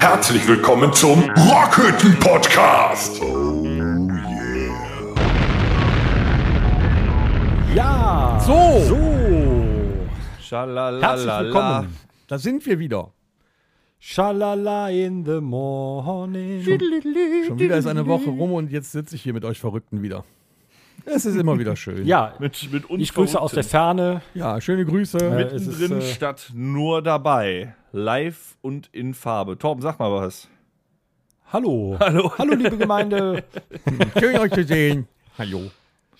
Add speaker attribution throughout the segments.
Speaker 1: Herzlich willkommen zum Rockhütten Podcast. Oh yeah.
Speaker 2: Ja!
Speaker 3: So.
Speaker 2: So!
Speaker 3: Schalalala.
Speaker 2: Herzlich willkommen! Da sind wir wieder.
Speaker 3: Schalala in the morning.
Speaker 2: Schon wieder ist eine Woche rum und jetzt sitze ich hier mit euch Verrückten wieder. Es ist immer wieder schön.
Speaker 3: Ja,
Speaker 4: Mit, mit uns
Speaker 3: ich grüße aus der Ferne.
Speaker 2: Ja, schöne Grüße.
Speaker 3: Äh, es ist,
Speaker 4: Mittendrin
Speaker 3: äh,
Speaker 4: statt nur dabei. Live und in Farbe. Torben, sag mal was.
Speaker 3: Hallo. Hallo. Hallo, liebe Gemeinde.
Speaker 2: Schön euch zu sehen. Hallo.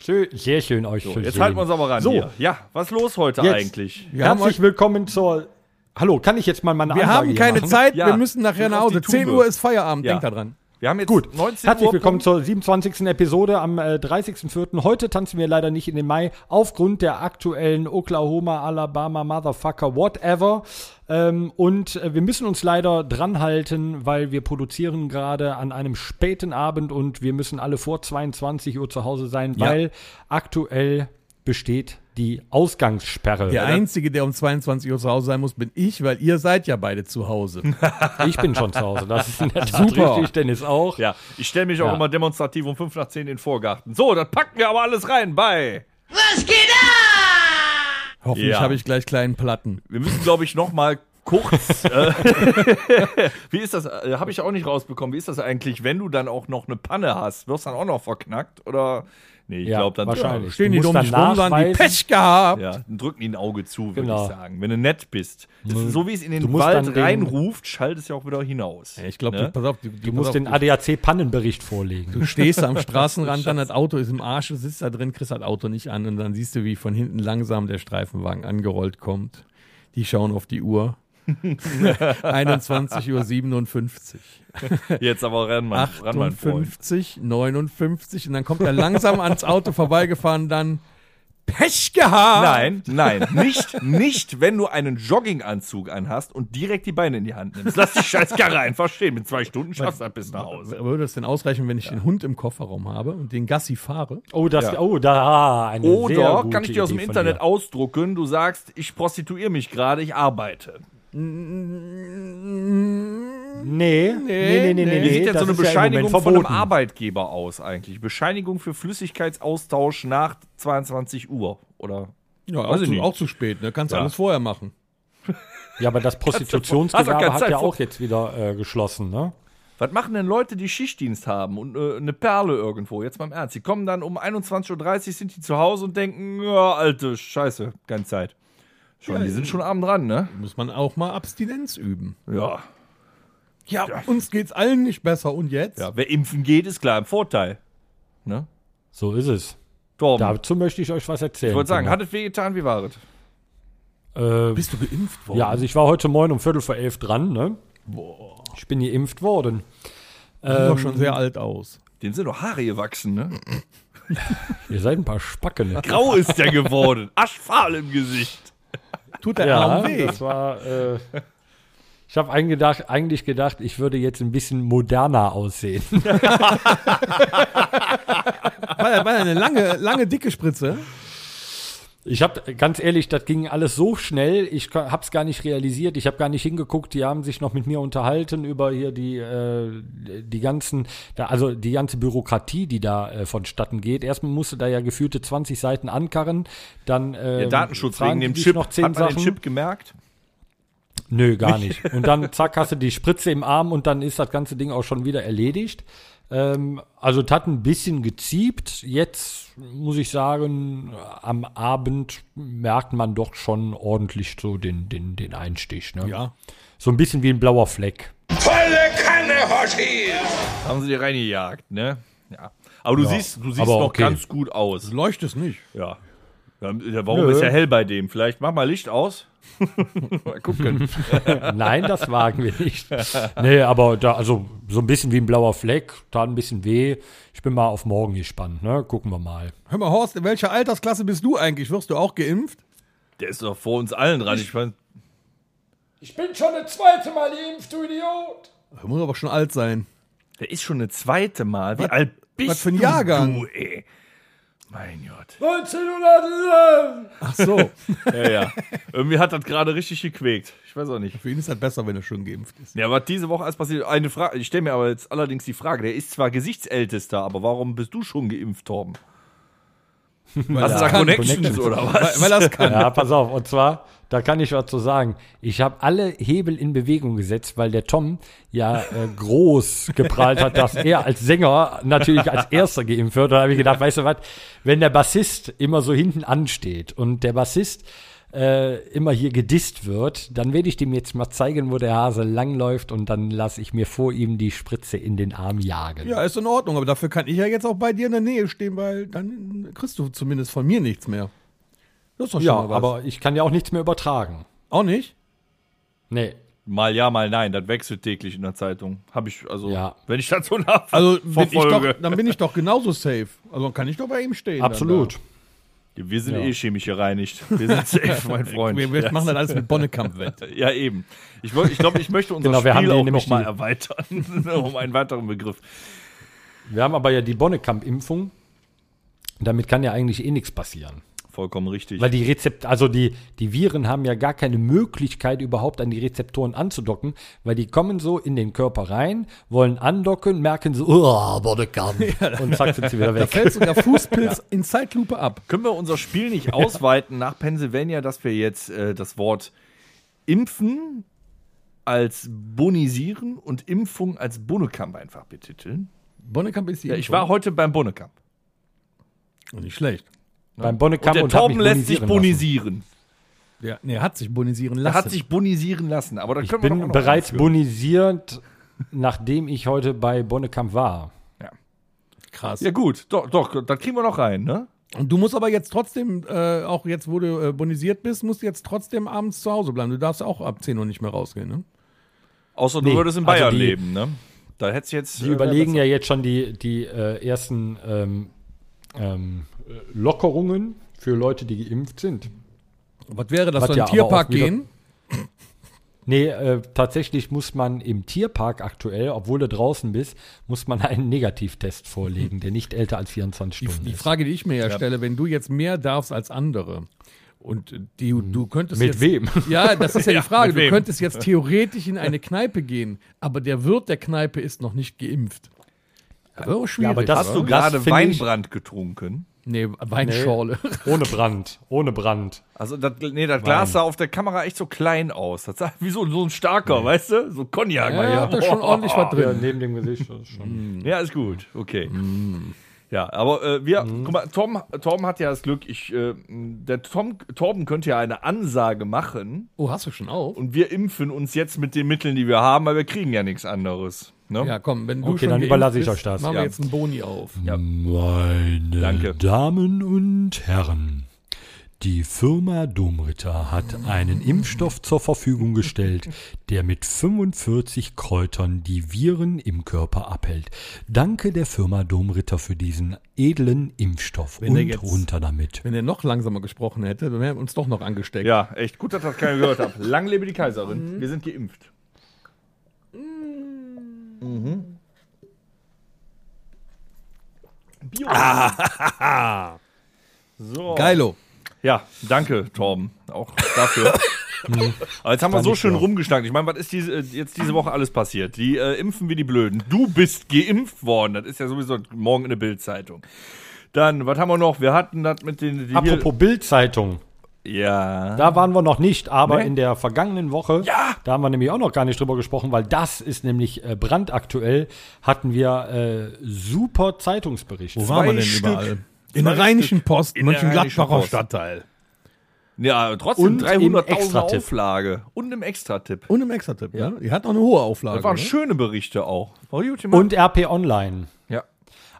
Speaker 3: Schön, sehr schön euch zu
Speaker 4: Jetzt
Speaker 3: sehen.
Speaker 4: halten wir uns aber ran.
Speaker 3: So.
Speaker 4: Hier. Ja, was los heute
Speaker 3: Jetzt.
Speaker 4: eigentlich?
Speaker 2: Wir haben,
Speaker 3: Herzlich
Speaker 2: euch,
Speaker 3: willkommen zur. Hallo, kann ich jetzt mal meine
Speaker 2: wir
Speaker 3: Ansage
Speaker 2: haben
Speaker 3: hier
Speaker 2: keine
Speaker 3: machen?
Speaker 2: Zeit,
Speaker 4: Ja.
Speaker 2: wir müssen nachher
Speaker 4: Bin
Speaker 2: nach
Speaker 4: auf
Speaker 2: Hause.
Speaker 4: die
Speaker 2: 10
Speaker 4: Tube.
Speaker 2: Uhr ist Feierabend,
Speaker 4: Ja.
Speaker 2: denkt da dran.
Speaker 4: Wir haben jetzt
Speaker 3: Gut.
Speaker 4: 19
Speaker 3: Herzlich
Speaker 4: Uhr.
Speaker 3: willkommen zur 27. Episode am äh, 30.04. Heute tanzen wir leider nicht in den Mai aufgrund der aktuellen Oklahoma, Alabama, Motherfucker, whatever. Ähm, und äh, wir müssen uns leider dran halten, weil wir produzieren gerade an einem späten Abend und wir müssen alle vor 22 Uhr zu Hause sein,
Speaker 2: Ja.
Speaker 3: weil aktuell besteht die Ausgangssperre.
Speaker 2: Der Einzige, der um 22 Uhr zu Hause sein muss, bin ich, weil ihr seid ja beide zu Hause.
Speaker 3: Ich bin schon zu Hause. Das ist in der Tat
Speaker 2: Super.
Speaker 3: richtig, Dennis auch.
Speaker 4: Ja, ich stelle mich auch
Speaker 3: Ja.
Speaker 4: immer demonstrativ um 5 nach 10 in den Vorgarten. So, dann packen wir aber alles rein. Bye.
Speaker 2: Hoffentlich
Speaker 4: Ja.
Speaker 2: habe ich gleich kleinen Platten.
Speaker 4: Wir müssen, glaube ich, noch mal kurz. äh, wie ist das? Äh, Habe ich auch nicht rausbekommen. Wie ist das eigentlich, wenn du dann auch noch eine Panne hast? Wirst du dann auch noch verknackt? Oder? Nee, ich
Speaker 3: Ja,
Speaker 4: glaube, dann
Speaker 3: wahrscheinlich.
Speaker 2: Stehen
Speaker 3: Du
Speaker 2: die
Speaker 3: musst
Speaker 2: dumm
Speaker 3: dann
Speaker 2: nicht rum, sagen die
Speaker 3: nachweisen-
Speaker 2: Pech gehabt.
Speaker 4: Ja, dann drücken die ein Auge zu, würde
Speaker 3: Genau.
Speaker 4: ich sagen. Wenn du nett bist. Das ist so wie es in
Speaker 3: Du
Speaker 4: den
Speaker 3: musst dann
Speaker 4: Wald
Speaker 3: den-
Speaker 4: reinruft, schallt es ja auch wieder hinaus.
Speaker 2: Ich glaube,
Speaker 4: Ne?
Speaker 2: du, pass auf, du,
Speaker 3: Du musst den ADAC-Pannenbericht vorlegen.
Speaker 2: Du stehst am Straßenrand, dann das Auto ist im Arsch, du sitzt da drin, kriegst das Auto nicht an und dann siehst du, wie von hinten langsam der Streifenwagen angerollt kommt. Die schauen auf die Uhr. 21.57 Uhr.
Speaker 4: Jetzt aber ran, mein, ran, mein Freund.
Speaker 2: 58, 59 und dann kommt er langsam ans Auto vorbeigefahren, dann Pech gehabt!
Speaker 4: Nein, nein, nicht, nicht, wenn du einen Jogginganzug anhast und direkt die Beine in die Hand nimmst. Lass die Scheißkarre einfach stehen. Mit zwei Stunden schaffst du das bis nach Hause.
Speaker 2: Würde es denn ausreichen, wenn ich den Hund im Kofferraum habe und den Gassi fahre?
Speaker 3: Oh, das, oh, da, eine sehr
Speaker 4: Oder
Speaker 3: gute
Speaker 4: Oh, kann ich dir aus dem
Speaker 3: Idee von
Speaker 4: Internet
Speaker 3: dir.
Speaker 4: ausdrucken, du sagst, ich prostituiere mich gerade, ich arbeite.
Speaker 3: Nee, nee, nee, nee, nee.
Speaker 4: Wie sieht denn
Speaker 3: das ist ja
Speaker 4: so eine
Speaker 3: im
Speaker 4: Bescheinigung
Speaker 3: Moment
Speaker 4: von einem
Speaker 3: verboten.
Speaker 4: Arbeitgeber aus eigentlich? Bescheinigung für Flüssigkeitsaustausch nach 22 Uhr oder?
Speaker 2: Ja,
Speaker 4: Weiß ich nicht.
Speaker 2: auch zu spät, ne? Kannst
Speaker 4: Ja.
Speaker 2: alles vorher machen.
Speaker 3: Ja, aber das
Speaker 4: Hast du
Speaker 3: Prostitutionsgewerbe
Speaker 4: keine
Speaker 3: hat
Speaker 4: Zeit
Speaker 3: ja
Speaker 4: vor-
Speaker 3: auch jetzt wieder äh, geschlossen, ne?
Speaker 4: Was machen denn Leute, die Schichtdienst haben und äh, eine Perle irgendwo? Jetzt mal im Ernst. Die kommen dann um 21.30 Uhr, sind die zu Hause und denken, ja, alte Scheiße, keine Zeit. Schon, die sind schon abend dran, ne?
Speaker 2: Muss man auch mal Abstinenz üben.
Speaker 4: Ja.
Speaker 2: Ja, uns geht's allen nicht besser. Und jetzt?
Speaker 4: ja. Wer impfen geht, ist klar im Vorteil. Ne?
Speaker 3: So ist es.
Speaker 4: Torben.
Speaker 3: Dazu möchte ich euch was erzählen.
Speaker 4: ich wollte sagen, hat es wehgetan, wie war es?
Speaker 3: äh,
Speaker 2: Bist du geimpft worden?
Speaker 3: Ja, also ich war heute Morgen um Viertel vor elf dran, ne? Boah. Ich bin geimpft worden.
Speaker 2: sieht doch schon sehr alt aus.
Speaker 4: Dem sind doch Haare gewachsen, ne?
Speaker 3: Ihr seid ein paar Spacken. ne?
Speaker 4: Grau ist der geworden. Aschfahl im Gesicht.
Speaker 2: Tut der
Speaker 3: Ja,
Speaker 2: Arm weh.
Speaker 3: das war. Äh, ich habe eingedacht- eigentlich gedacht, ich würde jetzt ein bisschen moderner aussehen.
Speaker 2: War ja, war ja eine lange, lange dicke Spritze.
Speaker 3: Ich habe ganz ehrlich, das ging alles so schnell. Ich habe es gar nicht realisiert. Ich habe gar nicht hingeguckt. Die haben sich noch mit mir unterhalten über hier die äh, die ganzen, da, also die ganze Bürokratie, die da äh, vonstatten geht. Erstmal musste da ja gefühlte 20 Seiten ankarren, dann äh,
Speaker 4: Der Datenschutz
Speaker 3: fragen die
Speaker 4: wegen dem
Speaker 3: dich
Speaker 4: Chip.
Speaker 3: Noch zehn
Speaker 4: Hat man
Speaker 3: Sachen.
Speaker 4: den Chip gemerkt?
Speaker 3: Nö, gar nicht. Und dann zack, hast du die Spritze im Arm und dann ist das ganze Ding auch schon wieder erledigt. Ähm, also es hat ein bisschen geziebt. Jetzt muss ich sagen, am Abend merkt man doch schon ordentlich so den, den, den Einstich. Ne?
Speaker 2: Ja.
Speaker 3: So ein bisschen wie ein blauer Fleck.
Speaker 1: Volle Kanne, Hoshi!
Speaker 4: Haben sie dir reingejagt, ne? Ja. Aber du siehst, du siehst
Speaker 3: aber
Speaker 4: noch
Speaker 3: okay.
Speaker 4: ganz gut aus.
Speaker 2: Leuchtet es nicht.
Speaker 4: Ja. Ja, Warum ist ja hell bei dem? Vielleicht mach mal Licht aus. mal gucken.
Speaker 3: Nein, das wagen wir nicht. Nee, aber da, also so ein bisschen wie ein blauer Fleck, tat ein bisschen weh. Ich bin mal auf morgen gespannt, ne? Gucken wir mal.
Speaker 2: Hör mal, Horst, in welcher Altersklasse bist du eigentlich? Wirst du auch geimpft?
Speaker 4: Der ist doch vor uns allen dran. Ich fand,
Speaker 3: Ich bin schon das zweite Mal geimpft, du Idiot!
Speaker 2: Er muss aber schon alt sein.
Speaker 4: der ist schon eine zweite Mal. Wie alt bist
Speaker 2: was für ein Jahrgang?
Speaker 4: du, ey? Mein Gott.
Speaker 3: 1911!
Speaker 2: Ach so.
Speaker 4: Ja, ja. Irgendwie hat das gerade richtig gequäkt. Ich weiß auch nicht.
Speaker 2: Für ihn ist das besser, wenn er schon geimpft ist.
Speaker 4: Ja, was diese Woche alles passiert, eine Frage, ich stelle mir aber jetzt allerdings die Frage, der ist zwar Gesichtsältester, aber warum bist du schon geimpft, Torben? Hast du da Connections oder was?
Speaker 2: Weil er es kann.
Speaker 3: Ja, pass auf. Und zwar, da kann ich was zu sagen. Ich habe alle Hebel in Bewegung gesetzt, weil der Tom ja äh, groß geprahlt hat, dass er als Sänger natürlich als Erster geimpft wird. Da habe ich gedacht, weißt du was, wenn der Bassist immer so hinten ansteht und der Bassist äh, immer hier gedisst wird, dann werde ich dem jetzt mal zeigen, wo der Hase langläuft und dann lasse ich mir vor ihm die Spritze in den Arm jagen.
Speaker 2: Ja, ist in Ordnung, aber dafür kann ich ja jetzt auch bei dir in der Nähe stehen, weil dann kriegst du zumindest von mir nichts mehr. Das ist doch schon
Speaker 3: Ja,
Speaker 2: mal was.
Speaker 3: aber ich kann ja auch nichts mehr übertragen.
Speaker 2: auch nicht.
Speaker 3: Nee.
Speaker 4: Mal ja, mal nein, das wechselt täglich in der Zeitung. Habe ich, also,
Speaker 3: Ja.
Speaker 4: wenn ich das so nach
Speaker 2: Also bin ich
Speaker 4: verfolge.
Speaker 2: doch, dann bin ich doch genauso safe. Also dann kann ich doch bei ihm stehen.
Speaker 3: Absolut.
Speaker 4: Wir sind eh chemisch gereinigt. Wir sind safe,
Speaker 2: Dann,
Speaker 4: mein
Speaker 2: da.
Speaker 4: Freund.
Speaker 2: wir, wir machen das alles mit Bonnekamp wett.
Speaker 4: Ja, eben. Ich, woll- ich glaube, ich möchte unser
Speaker 3: Genau, wir haben
Speaker 4: Spiel
Speaker 3: den
Speaker 4: auch
Speaker 3: nämlich
Speaker 4: nochmal
Speaker 3: die-
Speaker 4: erweitern, um einen weiteren Begriff.
Speaker 3: Wir haben aber ja die Bonnekamp-Impfung. Damit kann ja eigentlich eh nichts passieren.
Speaker 4: Vollkommen richtig.
Speaker 3: Weil die Rezept, also die, die Viren haben ja gar keine Möglichkeit, überhaupt an die Rezeptoren anzudocken, weil die kommen so in den Körper rein, wollen andocken, merken so, oh, Bonnekamp. Und zack, sind sie wieder
Speaker 2: Da
Speaker 3: weg.
Speaker 2: fällt sogar Fußpilz in Zeitlupe ab.
Speaker 4: Können wir unser Spiel nicht ausweiten nach Pennsylvania, dass wir jetzt äh, das Wort Impfen als Bonisieren und Impfung als Bonnekamp einfach betiteln?
Speaker 2: Bonnekamp ist die
Speaker 4: Ja, ich
Speaker 2: Impfung.
Speaker 4: war heute beim Bonnekamp.
Speaker 2: Nicht schlecht.
Speaker 3: Beim Bonnekamp
Speaker 4: Der
Speaker 3: hab
Speaker 4: Torben
Speaker 3: mich
Speaker 4: lässt sich
Speaker 3: bonisieren lassen.
Speaker 4: bonisieren.
Speaker 2: Ja, nee, hat sich bonisieren
Speaker 4: Er
Speaker 2: lassen.
Speaker 4: hat sich bonisieren lassen, aber da
Speaker 3: Ich
Speaker 4: können wir doch auch
Speaker 3: bin
Speaker 4: noch
Speaker 3: bereits
Speaker 4: einführen.
Speaker 3: bonisiert, nachdem ich heute bei Bonnekamp war.
Speaker 2: krass.
Speaker 4: Ja gut, doch, doch, da kriegen wir noch rein, ne?
Speaker 2: Und du musst aber jetzt trotzdem, äh, auch jetzt, wo du äh, bonisiert bist, musst du jetzt trotzdem abends zu Hause bleiben. Du darfst auch ab 10 Uhr nicht mehr rausgehen, ne?
Speaker 4: Außer du
Speaker 3: Nee,
Speaker 4: würdest in
Speaker 3: also
Speaker 4: Bayern
Speaker 3: die-
Speaker 4: leben, ne? Da hättest du jetzt. äh,
Speaker 3: Die überlegen ja jetzt schon die, die äh, ersten ähm, ähm, Lockerungen für Leute, die geimpft sind.
Speaker 2: Was wäre das,
Speaker 3: Was
Speaker 2: so in den
Speaker 3: ja aber
Speaker 2: Tierpark
Speaker 3: auch wieder-
Speaker 2: gehen?
Speaker 3: Nee, äh, tatsächlich muss man im Tierpark aktuell, obwohl du draußen bist, muss man einen Negativtest vorlegen, der nicht älter als 24
Speaker 2: Die,
Speaker 3: Stunden
Speaker 2: die
Speaker 3: ist.
Speaker 2: Frage, die ich mir ja, stelle, wenn du jetzt mehr darfst als andere und äh, die, du könntest
Speaker 3: Mit
Speaker 2: jetzt,
Speaker 3: wem?
Speaker 2: Ja, das ist ja die Frage.
Speaker 4: mit
Speaker 2: du
Speaker 4: wem?
Speaker 2: könntest jetzt theoretisch in eine Kneipe gehen, aber der Wirt der Kneipe ist noch nicht geimpft. Das wäre auch schwierig.
Speaker 3: aber das-
Speaker 4: Hast du
Speaker 3: Das
Speaker 4: gerade
Speaker 3: finde ich-
Speaker 4: Weinbrand getrunken?
Speaker 2: nee, Weinschorle.
Speaker 3: Ohne Brand, ohne Brand.
Speaker 4: Also, das, nee, das Glas sah auf der Kamera echt so klein aus. Das sah wie so, so ein starker, weißt du? So Cognac.
Speaker 2: Ja, ja, da ist schon ordentlich was
Speaker 3: Ja,
Speaker 2: drin.
Speaker 3: neben dem Gesicht das ist schon.
Speaker 4: Ja, ist gut. Okay.
Speaker 3: Mm.
Speaker 4: Ja, aber äh, wir, guck mal, Tom, Tom hat ja das Glück, ich, äh, der Tom, Torben könnte ja eine Ansage machen
Speaker 2: Oh, hast du schon auf?
Speaker 4: und wir impfen uns jetzt mit den Mitteln, die wir haben, weil wir kriegen ja nichts anderes. Ne?
Speaker 2: Ja, komm, wenn du
Speaker 3: Okay,
Speaker 2: schon
Speaker 3: dann
Speaker 2: geimpft
Speaker 3: überlasse ich
Speaker 2: bist,
Speaker 3: euch das,
Speaker 2: Machen
Speaker 4: ja.
Speaker 2: wir jetzt einen Boni auf.
Speaker 5: Meine
Speaker 4: Danke.
Speaker 5: Damen und Herren, die Firma Domritter hat einen Impfstoff zur Verfügung gestellt, der mit 45 Kräutern die Viren im Körper abhält. Danke der Firma Domritter für diesen edlen Impfstoff
Speaker 2: der
Speaker 5: und
Speaker 2: jetzt-
Speaker 5: runter damit.
Speaker 2: Wenn er noch langsamer gesprochen hätte, dann wären wir uns doch noch angesteckt.
Speaker 4: Ja, echt gut, dass das keiner gehört hat. Lang lebe die Kaiserin. Wir sind geimpft. Mhm. Bio. so.
Speaker 2: Geilo.
Speaker 4: Ja, danke, Torben, auch dafür. Aber jetzt haben wir so schön rumgeschnackt. Ich meine, was ist diese, äh, jetzt diese Woche alles passiert? Die äh, impfen wie die Blöden. Du bist geimpft worden. Das ist ja sowieso morgen in der Bildzeitung. Dann, was haben wir noch? Wir hatten das mit den. Die
Speaker 3: Apropos Bild-Zeitung,
Speaker 4: Hier, ja.
Speaker 3: da waren wir noch nicht, aber
Speaker 4: Nee?
Speaker 3: in der vergangenen Woche, da haben wir nämlich auch noch gar nicht drüber gesprochen, weil das ist nämlich äh, brandaktuell, hatten wir äh, super Zeitungsberichte.
Speaker 2: Wo waren wir denn
Speaker 4: Stück.
Speaker 2: überall? In der
Speaker 4: Zwei
Speaker 2: Rheinischen
Speaker 4: Stück.
Speaker 2: Post,
Speaker 4: In der Rheinischen
Speaker 2: Mönchengladbacher
Speaker 4: Post.
Speaker 2: Stadtteil.
Speaker 4: Ja, trotzdem
Speaker 3: Und im
Speaker 4: 300.000
Speaker 3: Extratipp.
Speaker 4: Auflage und im Extratipp.
Speaker 2: Und im Extra-Tipp, ja. Die hat auch eine hohe Auflage.
Speaker 4: Das waren
Speaker 2: ne?
Speaker 4: schöne Berichte auch. War gut gemacht.
Speaker 3: Und RP Online.
Speaker 4: ja.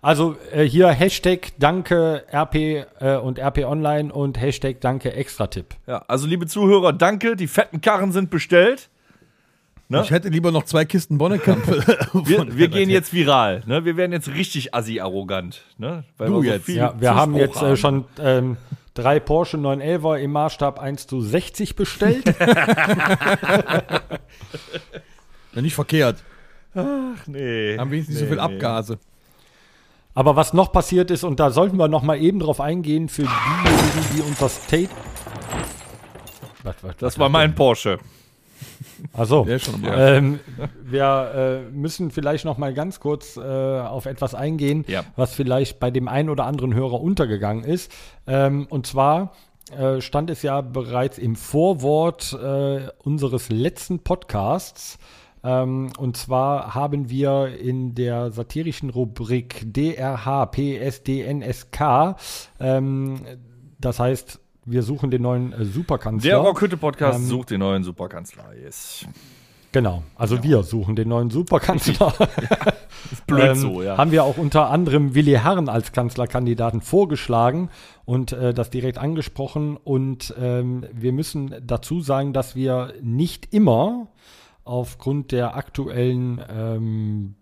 Speaker 3: Also äh, hier Hashtag Danke RP äh, und RP Online und Hashtag Danke Extratipp.
Speaker 4: ja, also liebe Zuhörer, danke. Die fetten Karren sind bestellt.
Speaker 2: Ich hätte lieber noch zwei Kisten Bonnekamp.
Speaker 4: Wir, wir gehen jetzt viral. Ne? Wir werden jetzt richtig assi-arrogant. Ne? Weil
Speaker 2: Du
Speaker 4: wir
Speaker 2: jetzt.
Speaker 4: viel
Speaker 3: Ja, wir
Speaker 4: Zuspruch
Speaker 3: haben jetzt äh, schon ähm, drei Porsche 911er im Maßstab 1 zu 60 bestellt.
Speaker 2: Ja, nicht verkehrt.
Speaker 4: Nee.
Speaker 2: Haben wenigstens nicht
Speaker 4: nee,
Speaker 2: so viel Abgase.
Speaker 3: Aber was noch passiert ist, und da sollten wir noch mal eben drauf eingehen, für diejenigen, die uns das Tape. Was, was,
Speaker 4: Das war mein Porsche.
Speaker 3: Also,
Speaker 2: Der ist schon am Arsch.
Speaker 3: ähm, wir äh, müssen vielleicht noch mal ganz kurz äh, auf etwas eingehen,
Speaker 4: Ja.
Speaker 3: was vielleicht bei dem einen oder anderen Hörer untergegangen ist. Ähm, und zwar äh, stand es ja bereits im Vorwort äh, unseres letzten Podcasts. Ähm, und zwar haben wir in der satirischen Rubrik DRH PSDNSK, ähm, das heißt, wir suchen den neuen äh, Superkanzler.
Speaker 4: Der Rockhütte-Podcast
Speaker 3: Ähm,
Speaker 4: sucht den neuen Superkanzler. Yes.
Speaker 3: Genau, also wir suchen den neuen Superkanzler.
Speaker 4: Blöd
Speaker 3: Ähm,
Speaker 4: so, ja.
Speaker 3: Haben wir auch unter anderem Willi Herren als Kanzlerkandidaten vorgeschlagen und äh, das direkt angesprochen. Und ähm, wir müssen dazu sagen, dass wir nicht immer aufgrund der aktuellen ähm,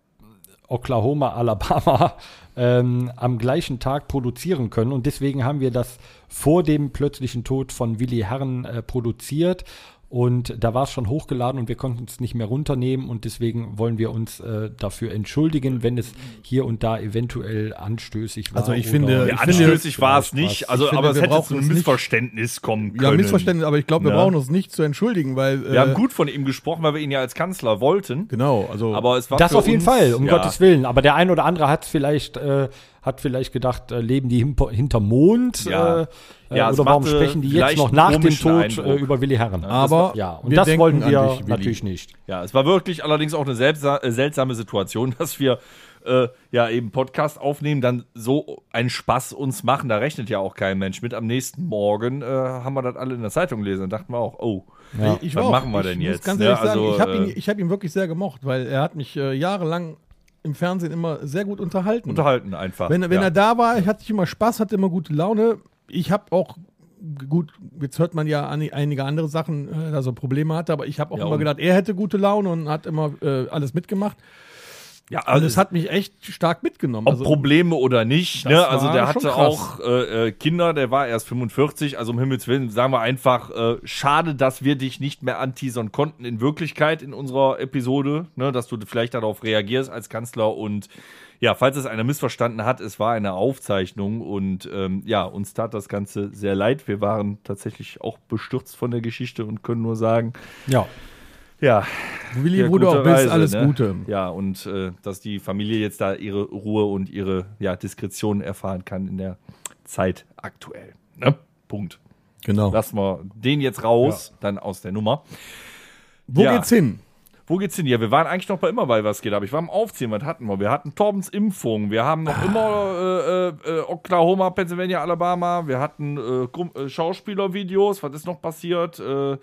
Speaker 3: Oklahoma, Alabama ähm, am gleichen Tag produzieren können. Und deswegen haben wir das vor dem plötzlichen Tod von Willi Herren äh, produziert. Und da war es schon hochgeladen und wir konnten es nicht mehr runternehmen. Und deswegen wollen wir uns äh, dafür entschuldigen, wenn es hier und da eventuell anstößig war.
Speaker 2: Also ich
Speaker 3: oder-
Speaker 2: finde- ich
Speaker 4: Ja,
Speaker 2: finde-
Speaker 4: anstößig war es nicht, also,
Speaker 2: Ich finde,
Speaker 4: aber es
Speaker 2: wir
Speaker 4: hätte
Speaker 2: brauchen
Speaker 4: zu einem
Speaker 2: uns nicht-
Speaker 4: Missverständnis kommen können.
Speaker 2: Ja, Missverständnis, aber ich glaube, wir
Speaker 4: Ja.
Speaker 2: brauchen uns nicht zu entschuldigen, weil. äh,
Speaker 4: Wir haben gut von ihm gesprochen, weil wir ihn ja als Kanzler wollten.
Speaker 2: Genau, also.
Speaker 4: Aber es war
Speaker 3: Das
Speaker 4: für
Speaker 3: auf jeden
Speaker 4: uns,
Speaker 3: Fall, um
Speaker 4: ja,
Speaker 3: Gottes Willen. Aber der ein oder andere hat vielleicht, äh, hat vielleicht gedacht, äh, leben die himpo- hinterm Mond? Äh,
Speaker 4: Ja.
Speaker 3: äh,
Speaker 4: Ja, es
Speaker 3: oder warum
Speaker 4: machte
Speaker 3: sprechen die jetzt
Speaker 4: vielleicht
Speaker 3: noch nach
Speaker 4: einen
Speaker 3: dem
Speaker 4: komischen
Speaker 3: Tod äh,
Speaker 4: Eindruck.
Speaker 3: über Willi Herren?
Speaker 2: aber
Speaker 3: ja, und das
Speaker 2: denken
Speaker 3: wollten
Speaker 2: an
Speaker 3: wir
Speaker 2: dich, Willi.
Speaker 3: natürlich nicht.
Speaker 4: Ja, es war wirklich allerdings auch eine selbsa- äh, seltsame Situation, dass wir äh, ja eben Podcast aufnehmen, dann so einen Spaß uns machen. Da rechnet ja auch kein Mensch mit. Am nächsten Morgen äh, haben wir das alle in der Zeitung gelesen und dachten wir auch, oh.
Speaker 3: Ja.
Speaker 2: Ich
Speaker 4: Was
Speaker 2: war auch-
Speaker 4: machen wir
Speaker 2: ich
Speaker 4: denn
Speaker 2: muss
Speaker 4: jetzt?
Speaker 2: Ganz
Speaker 4: Ja,
Speaker 2: ehrlich sagen,
Speaker 4: also,
Speaker 2: ich habe
Speaker 4: äh,
Speaker 2: ihn, ich hab ihn wirklich sehr gemocht, weil er hat mich äh, jahrelang im Fernsehen immer sehr gut unterhalten.
Speaker 4: Unterhalten einfach.
Speaker 2: Wenn, er- wenn
Speaker 4: ja.
Speaker 2: er da war, hatte ich immer Spaß, hatte immer gute Laune. Ich habe auch g- gut, jetzt hört man ja an- einige andere Sachen, äh, dass er Probleme hatte, aber ich habe auch
Speaker 4: Ja,
Speaker 2: immer
Speaker 4: und-
Speaker 2: gedacht, er hätte gute Laune und hat immer äh, alles mitgemacht.
Speaker 4: ja,
Speaker 2: Und
Speaker 4: also
Speaker 2: es hat mich echt stark mitgenommen.
Speaker 4: ob
Speaker 2: Also,
Speaker 4: Probleme oder nicht.
Speaker 2: Das
Speaker 4: Ne? Also
Speaker 2: war
Speaker 4: der
Speaker 2: schon
Speaker 4: hatte
Speaker 2: krass.
Speaker 4: auch äh, äh, Kinder, der war erst 45, also um Himmels Willen, sagen wir einfach, äh, schade, dass wir dich nicht mehr anteasern konnten in Wirklichkeit in unserer Episode, ne? dass du vielleicht darauf reagierst als Kanzler und ja, falls es einer missverstanden hat, es war eine Aufzeichnung und ähm, ja, uns tat das Ganze sehr leid. Wir waren tatsächlich auch bestürzt von der Geschichte und können nur sagen,
Speaker 3: Ja.
Speaker 4: ja,
Speaker 2: Willi
Speaker 4: ja,
Speaker 2: Bruder,
Speaker 4: gute
Speaker 2: auch bis
Speaker 4: Reise,
Speaker 2: alles
Speaker 4: ne?
Speaker 2: Gute.
Speaker 4: Ja, und äh, dass die Familie jetzt da ihre Ruhe und ihre ja, Diskretion erfahren kann in der Zeit aktuell. Ne? Punkt.
Speaker 2: Genau.
Speaker 4: Lassen wir den jetzt raus, dann aus der Nummer.
Speaker 2: Wo
Speaker 4: Ja.
Speaker 2: geht's hin?
Speaker 4: Wo geht's hin? Ja, wir waren eigentlich noch bei immer bei was geht ab. Ich war am Aufzählen, was hatten wir? Wir hatten Torbens Impfung, wir haben noch immer äh, äh, äh, Oklahoma, Pennsylvania, Alabama, wir hatten äh, Grum- äh, Schauspielervideos, was ist noch passiert? Äh,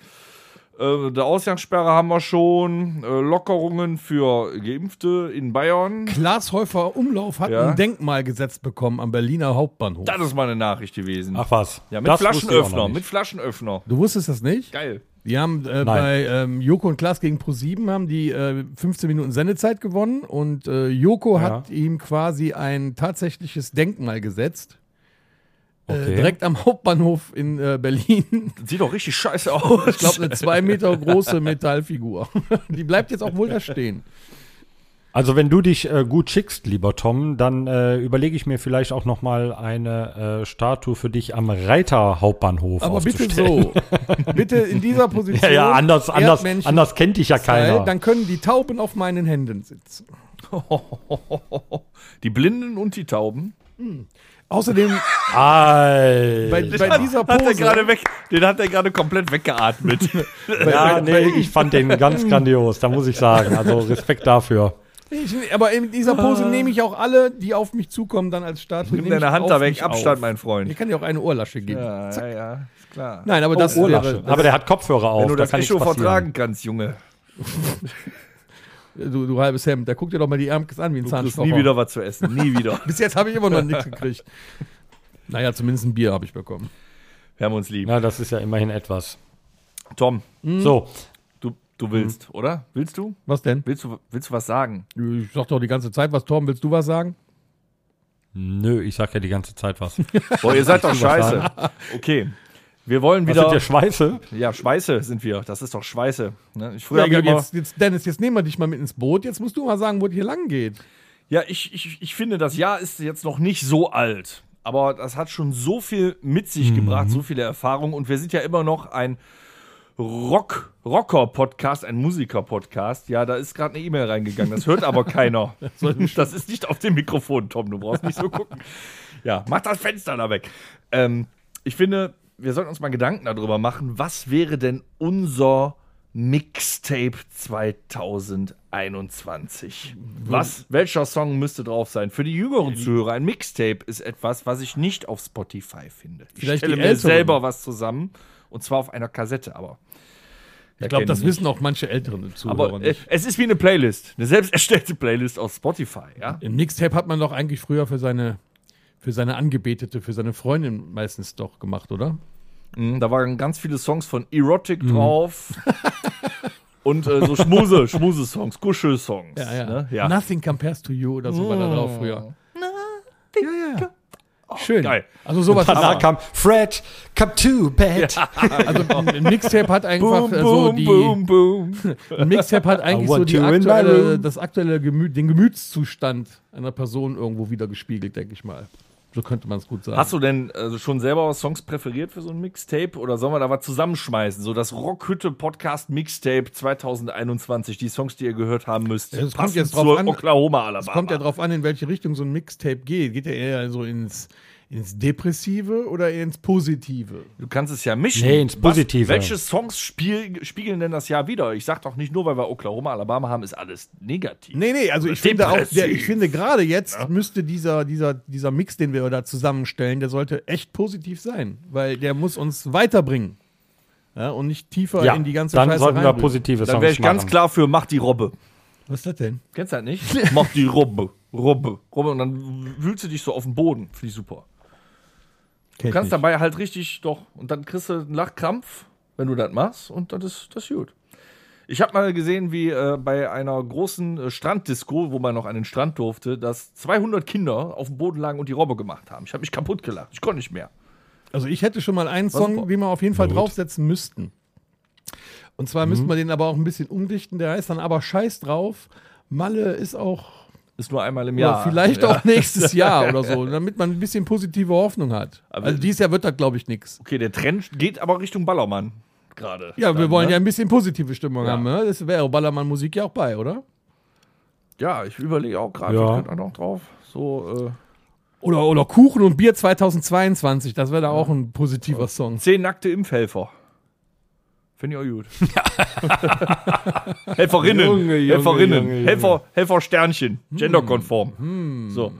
Speaker 4: äh, der Ausgangssperre haben wir schon, äh, Lockerungen für Geimpfte in Bayern.
Speaker 2: Klaas Häufer Umlauf hat
Speaker 4: Ja.
Speaker 2: ein Denkmal gesetzt bekommen am Berliner Hauptbahnhof.
Speaker 4: Das ist meine Nachricht gewesen.
Speaker 3: Ach was.
Speaker 4: ja, mit
Speaker 3: Das wusste ich auch noch
Speaker 4: Flaschenöffner,
Speaker 3: nicht.
Speaker 4: mit Flaschenöffner.
Speaker 2: Du wusstest das nicht?
Speaker 4: Geil.
Speaker 2: Die haben äh, bei ähm, Joko und Klaas gegen Pro7 haben die äh, 15 Minuten Sendezeit gewonnen und äh, Joko hat ihm quasi ein tatsächliches Denkmal gesetzt. Äh, direkt am Hauptbahnhof in äh, Berlin.
Speaker 4: Das sieht doch richtig scheiße aus.
Speaker 2: Ich glaube, eine zwei Meter große Metallfigur. Die bleibt jetzt auch wohl da stehen.
Speaker 3: Also wenn du dich äh, gut schickst, lieber Tom, dann äh, überlege ich mir vielleicht auch noch mal eine äh, Statue für dich am Reiterhauptbahnhof
Speaker 2: Aber bitte
Speaker 3: aufzustellen.
Speaker 2: so. Bitte in dieser Position.
Speaker 3: Ja, ja, anders, anders,
Speaker 2: Erdmännchen-
Speaker 3: anders kennt dich ja keiner.
Speaker 2: Dann können die Tauben auf meinen Händen sitzen.
Speaker 4: die Blinden und die Tauben.
Speaker 2: Außerdem
Speaker 3: Alter.
Speaker 2: bei, bei dieser
Speaker 4: Hat er
Speaker 2: Pose.
Speaker 4: gerade weg, den hat er gerade komplett weggeatmet.
Speaker 3: ja, nee, ich fand den ganz grandios, da muss ich sagen. Also Respekt dafür.
Speaker 2: Ich, aber in dieser Pose nehme ich auch alle, die auf mich zukommen, dann als Statue.
Speaker 4: Nimm
Speaker 2: nehme
Speaker 4: deine
Speaker 2: ich
Speaker 4: Hand
Speaker 2: auf
Speaker 4: da weg,
Speaker 2: mich
Speaker 4: Abstand,
Speaker 2: auf.
Speaker 4: mein
Speaker 2: Ich
Speaker 4: Freund.
Speaker 2: kann dir auch eine Ohrlasche geben.
Speaker 4: ja, ja, ist klar.
Speaker 2: Nein, aber das wäre,
Speaker 3: Aber der hat Kopfhörer auf.
Speaker 4: Wenn du
Speaker 3: da
Speaker 4: das
Speaker 3: kann
Speaker 4: Echo
Speaker 3: nichts passieren.
Speaker 4: vertragen kannst, Junge.
Speaker 2: du, du halbes Hemd, da guck dir doch mal die Ärmkes an wie ein
Speaker 4: Du kriegst
Speaker 2: Zahnstocher.
Speaker 4: nie wieder was zu essen, nie wieder.
Speaker 2: Bis jetzt habe ich immer noch nichts gekriegt. Naja, zumindest ein Bier habe ich bekommen.
Speaker 4: Wir haben uns lieb.
Speaker 3: Na, das ist ja immerhin etwas.
Speaker 4: Tom,
Speaker 3: So,
Speaker 4: du, du willst, oder? Willst du?
Speaker 2: Was denn?
Speaker 4: Willst du, willst du was sagen?
Speaker 2: Ich sag doch die ganze Zeit was. Torben, willst du was sagen?
Speaker 5: Nö, ich sag ja die ganze Zeit was.
Speaker 4: Boah, ihr seid doch scheiße. Okay. Wir wollen
Speaker 3: das sind
Speaker 4: wieder.
Speaker 3: ja Schweiße.
Speaker 4: Ja, Schweiße sind wir. Das ist doch Schweiße. Ne? Ich
Speaker 2: Ja,
Speaker 4: früher hab ich immer,
Speaker 2: jetzt, jetzt, Dennis, jetzt nehmen wir dich mal mit ins Boot. Jetzt musst du mal sagen, wo es hier lang geht.
Speaker 4: Ja, ich, ich, ich finde, das Jahr ist jetzt noch nicht so alt. Aber das hat schon so viel mit sich gebracht, so viele Erfahrungen. Und wir sind ja immer noch ein Rock, Rocker-Podcast, ein Musiker-Podcast. Ja, da ist gerade eine E-Mail reingegangen. Das hört aber keiner. Das ist nicht auf dem Mikrofon, Tom. Du brauchst nicht so gucken. Ja, mach das Fenster da weg. Ähm, ich finde, wir sollten uns mal Gedanken darüber machen, was wäre denn unser Mixtape 2021? Was, welcher Song müsste drauf sein? Für die jüngeren Zuhörer, ein Mixtape ist etwas, was ich nicht auf Spotify finde. Ich
Speaker 2: Vielleicht
Speaker 4: stelle
Speaker 2: die
Speaker 4: mir
Speaker 2: Älteren.
Speaker 4: selber was zusammen und zwar auf einer Kassette, aber.
Speaker 2: Ich glaube, das
Speaker 4: nicht.
Speaker 2: wissen auch manche älteren Zuhörer
Speaker 4: Aber äh,
Speaker 2: nicht.
Speaker 4: es ist wie eine Playlist, eine selbst erstellte Playlist aus Spotify, ja?
Speaker 2: Im Mixtape hat man doch eigentlich früher für seine, für seine Angebetete, für seine Freundin meistens doch gemacht, oder?
Speaker 4: Mhm, Da waren ganz viele Songs von Erotic
Speaker 2: Mhm.
Speaker 4: drauf. Und äh, so Schmuse, Schmuse-Songs, Kuschel-Songs. Ne? ja.
Speaker 2: Nothing compares to you oder so war da drauf früher. Ja, ja. Schön.
Speaker 4: geil.
Speaker 2: Also sowas ist
Speaker 3: Danach kam Fred, come to bed.
Speaker 2: Also ein Mixtape hat einfach
Speaker 4: boom,
Speaker 2: äh, so
Speaker 4: boom,
Speaker 2: die
Speaker 4: boom, boom.
Speaker 2: ein Mixtape hat eigentlich
Speaker 3: I want
Speaker 2: so die
Speaker 3: you in my
Speaker 2: aktuelle,
Speaker 3: room.
Speaker 2: das aktuelle Gemü den Gemütszustand einer Person irgendwo wieder gespiegelt, denke ich mal. So könnte man es gut sagen.
Speaker 4: Hast du denn äh, schon selber Songs präferiert für so ein Mixtape? Oder sollen wir da was zusammenschmeißen? So das Rockhütte-Podcast-Mixtape 2021, die Songs, die ihr gehört haben müsst.
Speaker 2: Ja, das kommt
Speaker 4: passend
Speaker 2: jetzt drauf
Speaker 4: zur
Speaker 2: an.
Speaker 4: Oklahoma Alabama.
Speaker 2: Es kommt ja drauf an, in welche Richtung so ein Mixtape geht. Geht ja eher so ins, ins Depressive oder eher ins Positive?
Speaker 4: Du kannst es ja mischen.
Speaker 5: Nee, ins Positive.
Speaker 4: Was, welche Songs spiel, spiegeln denn das Jahr wieder? Ich sag doch nicht nur, weil wir Oklahoma, Alabama haben, ist alles negativ.
Speaker 2: Nee, nee, also ich finde auch,
Speaker 4: Depressiv.
Speaker 2: der, ich finde gerade jetzt müsste dieser, dieser, dieser Mix, den wir da zusammenstellen, der sollte echt positiv sein, weil der muss uns weiterbringen. Ja, und nicht tiefer in die ganze
Speaker 5: dann
Speaker 2: Scheiße
Speaker 5: sollten wir
Speaker 2: reinrühren.
Speaker 5: positive
Speaker 4: Dann
Speaker 5: Songs
Speaker 4: wäre ich ganz
Speaker 5: machen.
Speaker 4: klar für Mach die Robbe.
Speaker 2: Was ist das denn?
Speaker 4: Kennst du das nicht? Mach die Robbe. Robbe. Robbe. Und dann wühlst du dich so auf den Boden. Finde ich super. Du kannst dabei halt richtig, doch. Und dann kriegst du einen Lachkrampf, wenn du das machst. Und das ist das ist gut. Ich habe mal gesehen, wie äh, bei einer großen äh, Stranddisco, wo man noch an den Strand durfte, dass 200 Kinder auf dem Boden lagen und die Robbe gemacht haben. Ich habe mich kaputt gelacht. Ich konnte nicht mehr.
Speaker 2: Also ich hätte schon mal einen Song,
Speaker 4: war-
Speaker 2: den wir auf jeden Fall draufsetzen müssten. Und zwar müssten wir den aber auch ein bisschen umdichten. Der heißt dann aber Scheiß drauf. Malle ist auch
Speaker 4: Ist nur einmal im
Speaker 2: ja,
Speaker 4: Jahr.
Speaker 2: vielleicht
Speaker 4: Ja.
Speaker 2: auch nächstes Jahr oder so, damit man ein bisschen positive Hoffnung hat.
Speaker 4: Aber-
Speaker 2: also dieses Jahr wird das, glaube ich, nichts.
Speaker 4: Okay, der Trend geht aber Richtung Ballermann gerade.
Speaker 2: Ja, wir
Speaker 4: Dann,
Speaker 2: wollen
Speaker 4: ne?
Speaker 2: ja ein bisschen positive Stimmung
Speaker 4: Ja.
Speaker 2: haben. Ne? Das wäre Ballermann Musik ja auch bei, oder?
Speaker 4: Ja, ich überlege auch gerade,
Speaker 5: Ja.
Speaker 4: was könnte da noch drauf? So, äh,
Speaker 2: Oder, oder Kuchen und Bier 2022, das wäre da auch ein positiver Song.
Speaker 4: zehn nackte Impfhelfer. Finde ich auch gut. Helferinnen.
Speaker 3: Junge, Junge,
Speaker 4: Helferinnen.
Speaker 3: Junge, Hm. Junge.
Speaker 4: Helfer, Helfersternchen. Genderkonform. So.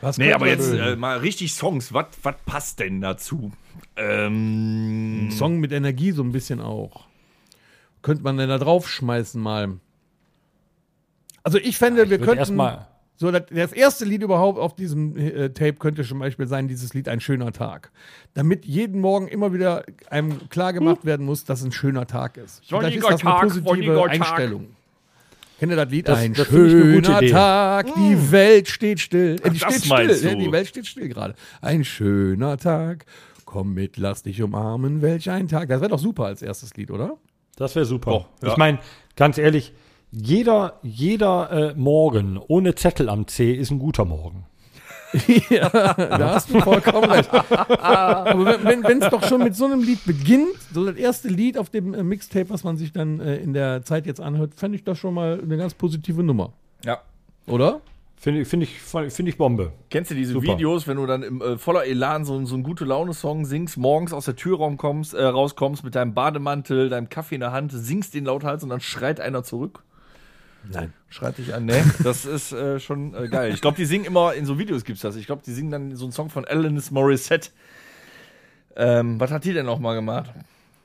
Speaker 2: Was
Speaker 4: Nee,
Speaker 2: könnte
Speaker 4: aber
Speaker 2: man-
Speaker 4: jetzt äh, mal richtig Songs. Was was passt denn dazu? Ähm,
Speaker 2: Ein Song mit Energie so ein bisschen auch. Könnte man denn da draufschmeißen mal? Also ich fände, wir könnten
Speaker 5: Erstmal.
Speaker 2: so das, das erste Lied überhaupt auf diesem äh, Tape könnte zum Beispiel sein, dieses Lied Ein schöner Tag. Damit jeden Morgen immer wieder einem klar gemacht werden muss, dass ein schöner Tag ist. Vielleicht ist das
Speaker 4: Sonniger
Speaker 2: eine
Speaker 4: Hm. Tag,
Speaker 2: positive
Speaker 4: sonniger Tag.
Speaker 2: Einstellung. Kennt ihr das Lied?
Speaker 5: Das-
Speaker 2: ein
Speaker 5: das finde ich eine gute
Speaker 2: schöner
Speaker 5: Idee.
Speaker 2: Tag, die Welt steht still. Äh, die
Speaker 4: Hm. das
Speaker 2: steht
Speaker 4: meinst
Speaker 2: still. Ja,
Speaker 4: du.
Speaker 2: die Welt steht still gerade. Ein schöner Tag. Komm mit, lass dich umarmen, welch ein Tag. Das wäre doch super als erstes Lied, oder?
Speaker 5: Das wäre super.
Speaker 4: Doch, ja.
Speaker 5: Ich meine, ganz ehrlich, jeder, jeder äh, Morgen ohne Zettel am C ist ein guter Morgen.
Speaker 2: ja, da hast du vollkommen recht. Aber wenn es doch schon mit so einem Lied beginnt, so das erste Lied auf dem äh, Mixtape, was man sich dann äh, in der Zeit jetzt anhört, fände ich das schon mal eine ganz positive Nummer,
Speaker 4: ja.
Speaker 2: oder?
Speaker 5: Finde find ich, find ich Bombe.
Speaker 4: Kennst du diese
Speaker 5: Super.
Speaker 4: Videos, wenn du dann im, äh, voller Elan so, so einen gute Laune-Song singst, morgens aus der Tür raumkommst, äh, rauskommst mit deinem Bademantel, deinem Kaffee in der Hand, singst den lauthals und dann schreit einer zurück?
Speaker 2: Nein.
Speaker 4: Schreit dich an, ne? Das ist äh, schon äh, geil. Ich glaube, die singen immer, in so Videos gibt's das. Ich glaube, die singen dann so einen Song von Alanis Morissette. Ähm, was hat die denn nochmal gemacht?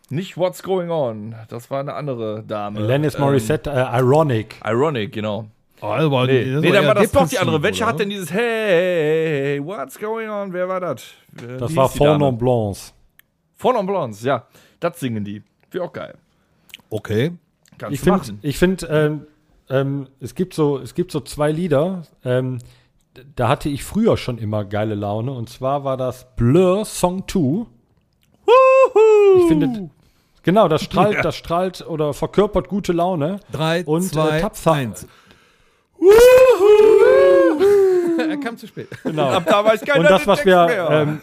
Speaker 4: Nicht What's Going On. Das war eine andere Dame.
Speaker 5: Lennis Morissette, äh, Ironic.
Speaker 4: Ähm, Ironic, genau.
Speaker 2: Oh, aber
Speaker 4: Nee,
Speaker 2: das
Speaker 4: nee
Speaker 2: war
Speaker 4: dann
Speaker 2: eher
Speaker 4: war das doch die
Speaker 2: depressiv,
Speaker 4: andere. Welche
Speaker 2: oder?
Speaker 4: hat denn dieses Hey, what's going on? Wer war das? Äh,
Speaker 5: Das
Speaker 4: wie
Speaker 5: war
Speaker 4: hieß die
Speaker 5: Fornon
Speaker 4: Dame?
Speaker 5: Blancs.
Speaker 4: Fornon Blondes, ja. Das singen die. Wäre auch geil.
Speaker 2: Okay.
Speaker 4: Kannst
Speaker 5: Ich
Speaker 4: du
Speaker 5: finde,
Speaker 4: machen.
Speaker 5: ich find, ähm, ähm, es, gibt so, es gibt so zwei Lieder, ähm, d- da hatte ich früher schon immer geile Laune. Und zwar war das Blur Song 2. Ich finde, genau, das strahlt, das strahlt oder verkörpert gute Laune.
Speaker 2: Drei,
Speaker 5: und
Speaker 2: zwei,
Speaker 5: äh, tapfer.
Speaker 2: eins. er kam zu spät.
Speaker 3: Genau.
Speaker 4: Ab da weiß keiner
Speaker 3: Und das,
Speaker 4: den
Speaker 3: was
Speaker 4: Text
Speaker 3: wir,
Speaker 4: mehr.
Speaker 3: ähm,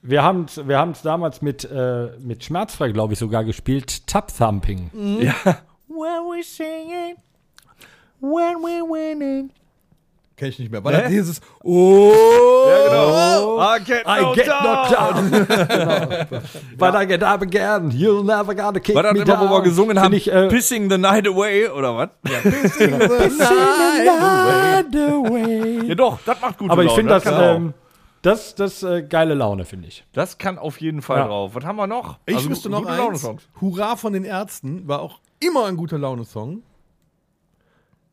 Speaker 3: wir haben es wir haben's damals mit, äh, mit Schmerzfrei, glaube ich, sogar gespielt, Tap Thumping.
Speaker 2: Mhm. Kenn ich nicht mehr. Weil das dieses Oh
Speaker 4: ja, genau. I get
Speaker 3: I
Speaker 4: knocked
Speaker 3: get
Speaker 4: down.
Speaker 3: knocked down. But I get up again. You're never gonna kick
Speaker 4: War das
Speaker 3: me
Speaker 4: immer,
Speaker 3: down.
Speaker 4: wo wir gesungen haben,
Speaker 3: Find Ich, äh,
Speaker 4: Pissing the Night Away, oder was? Ja,
Speaker 2: Genau,
Speaker 4: doch, das macht gut
Speaker 3: aber ich finde das,
Speaker 4: das, kann
Speaker 3: ähm, das, das äh, geile Laune, finde ich.
Speaker 4: auch. das kann auf jeden Fall
Speaker 3: Ja.
Speaker 4: drauf. Was haben wir noch?
Speaker 2: Ich
Speaker 4: Also,
Speaker 2: wüsste
Speaker 4: gu-
Speaker 2: noch
Speaker 4: gute
Speaker 2: eins.
Speaker 4: Laune-Songs.
Speaker 2: Hurra von den Ärzten war auch immer ein guter Laune-Song.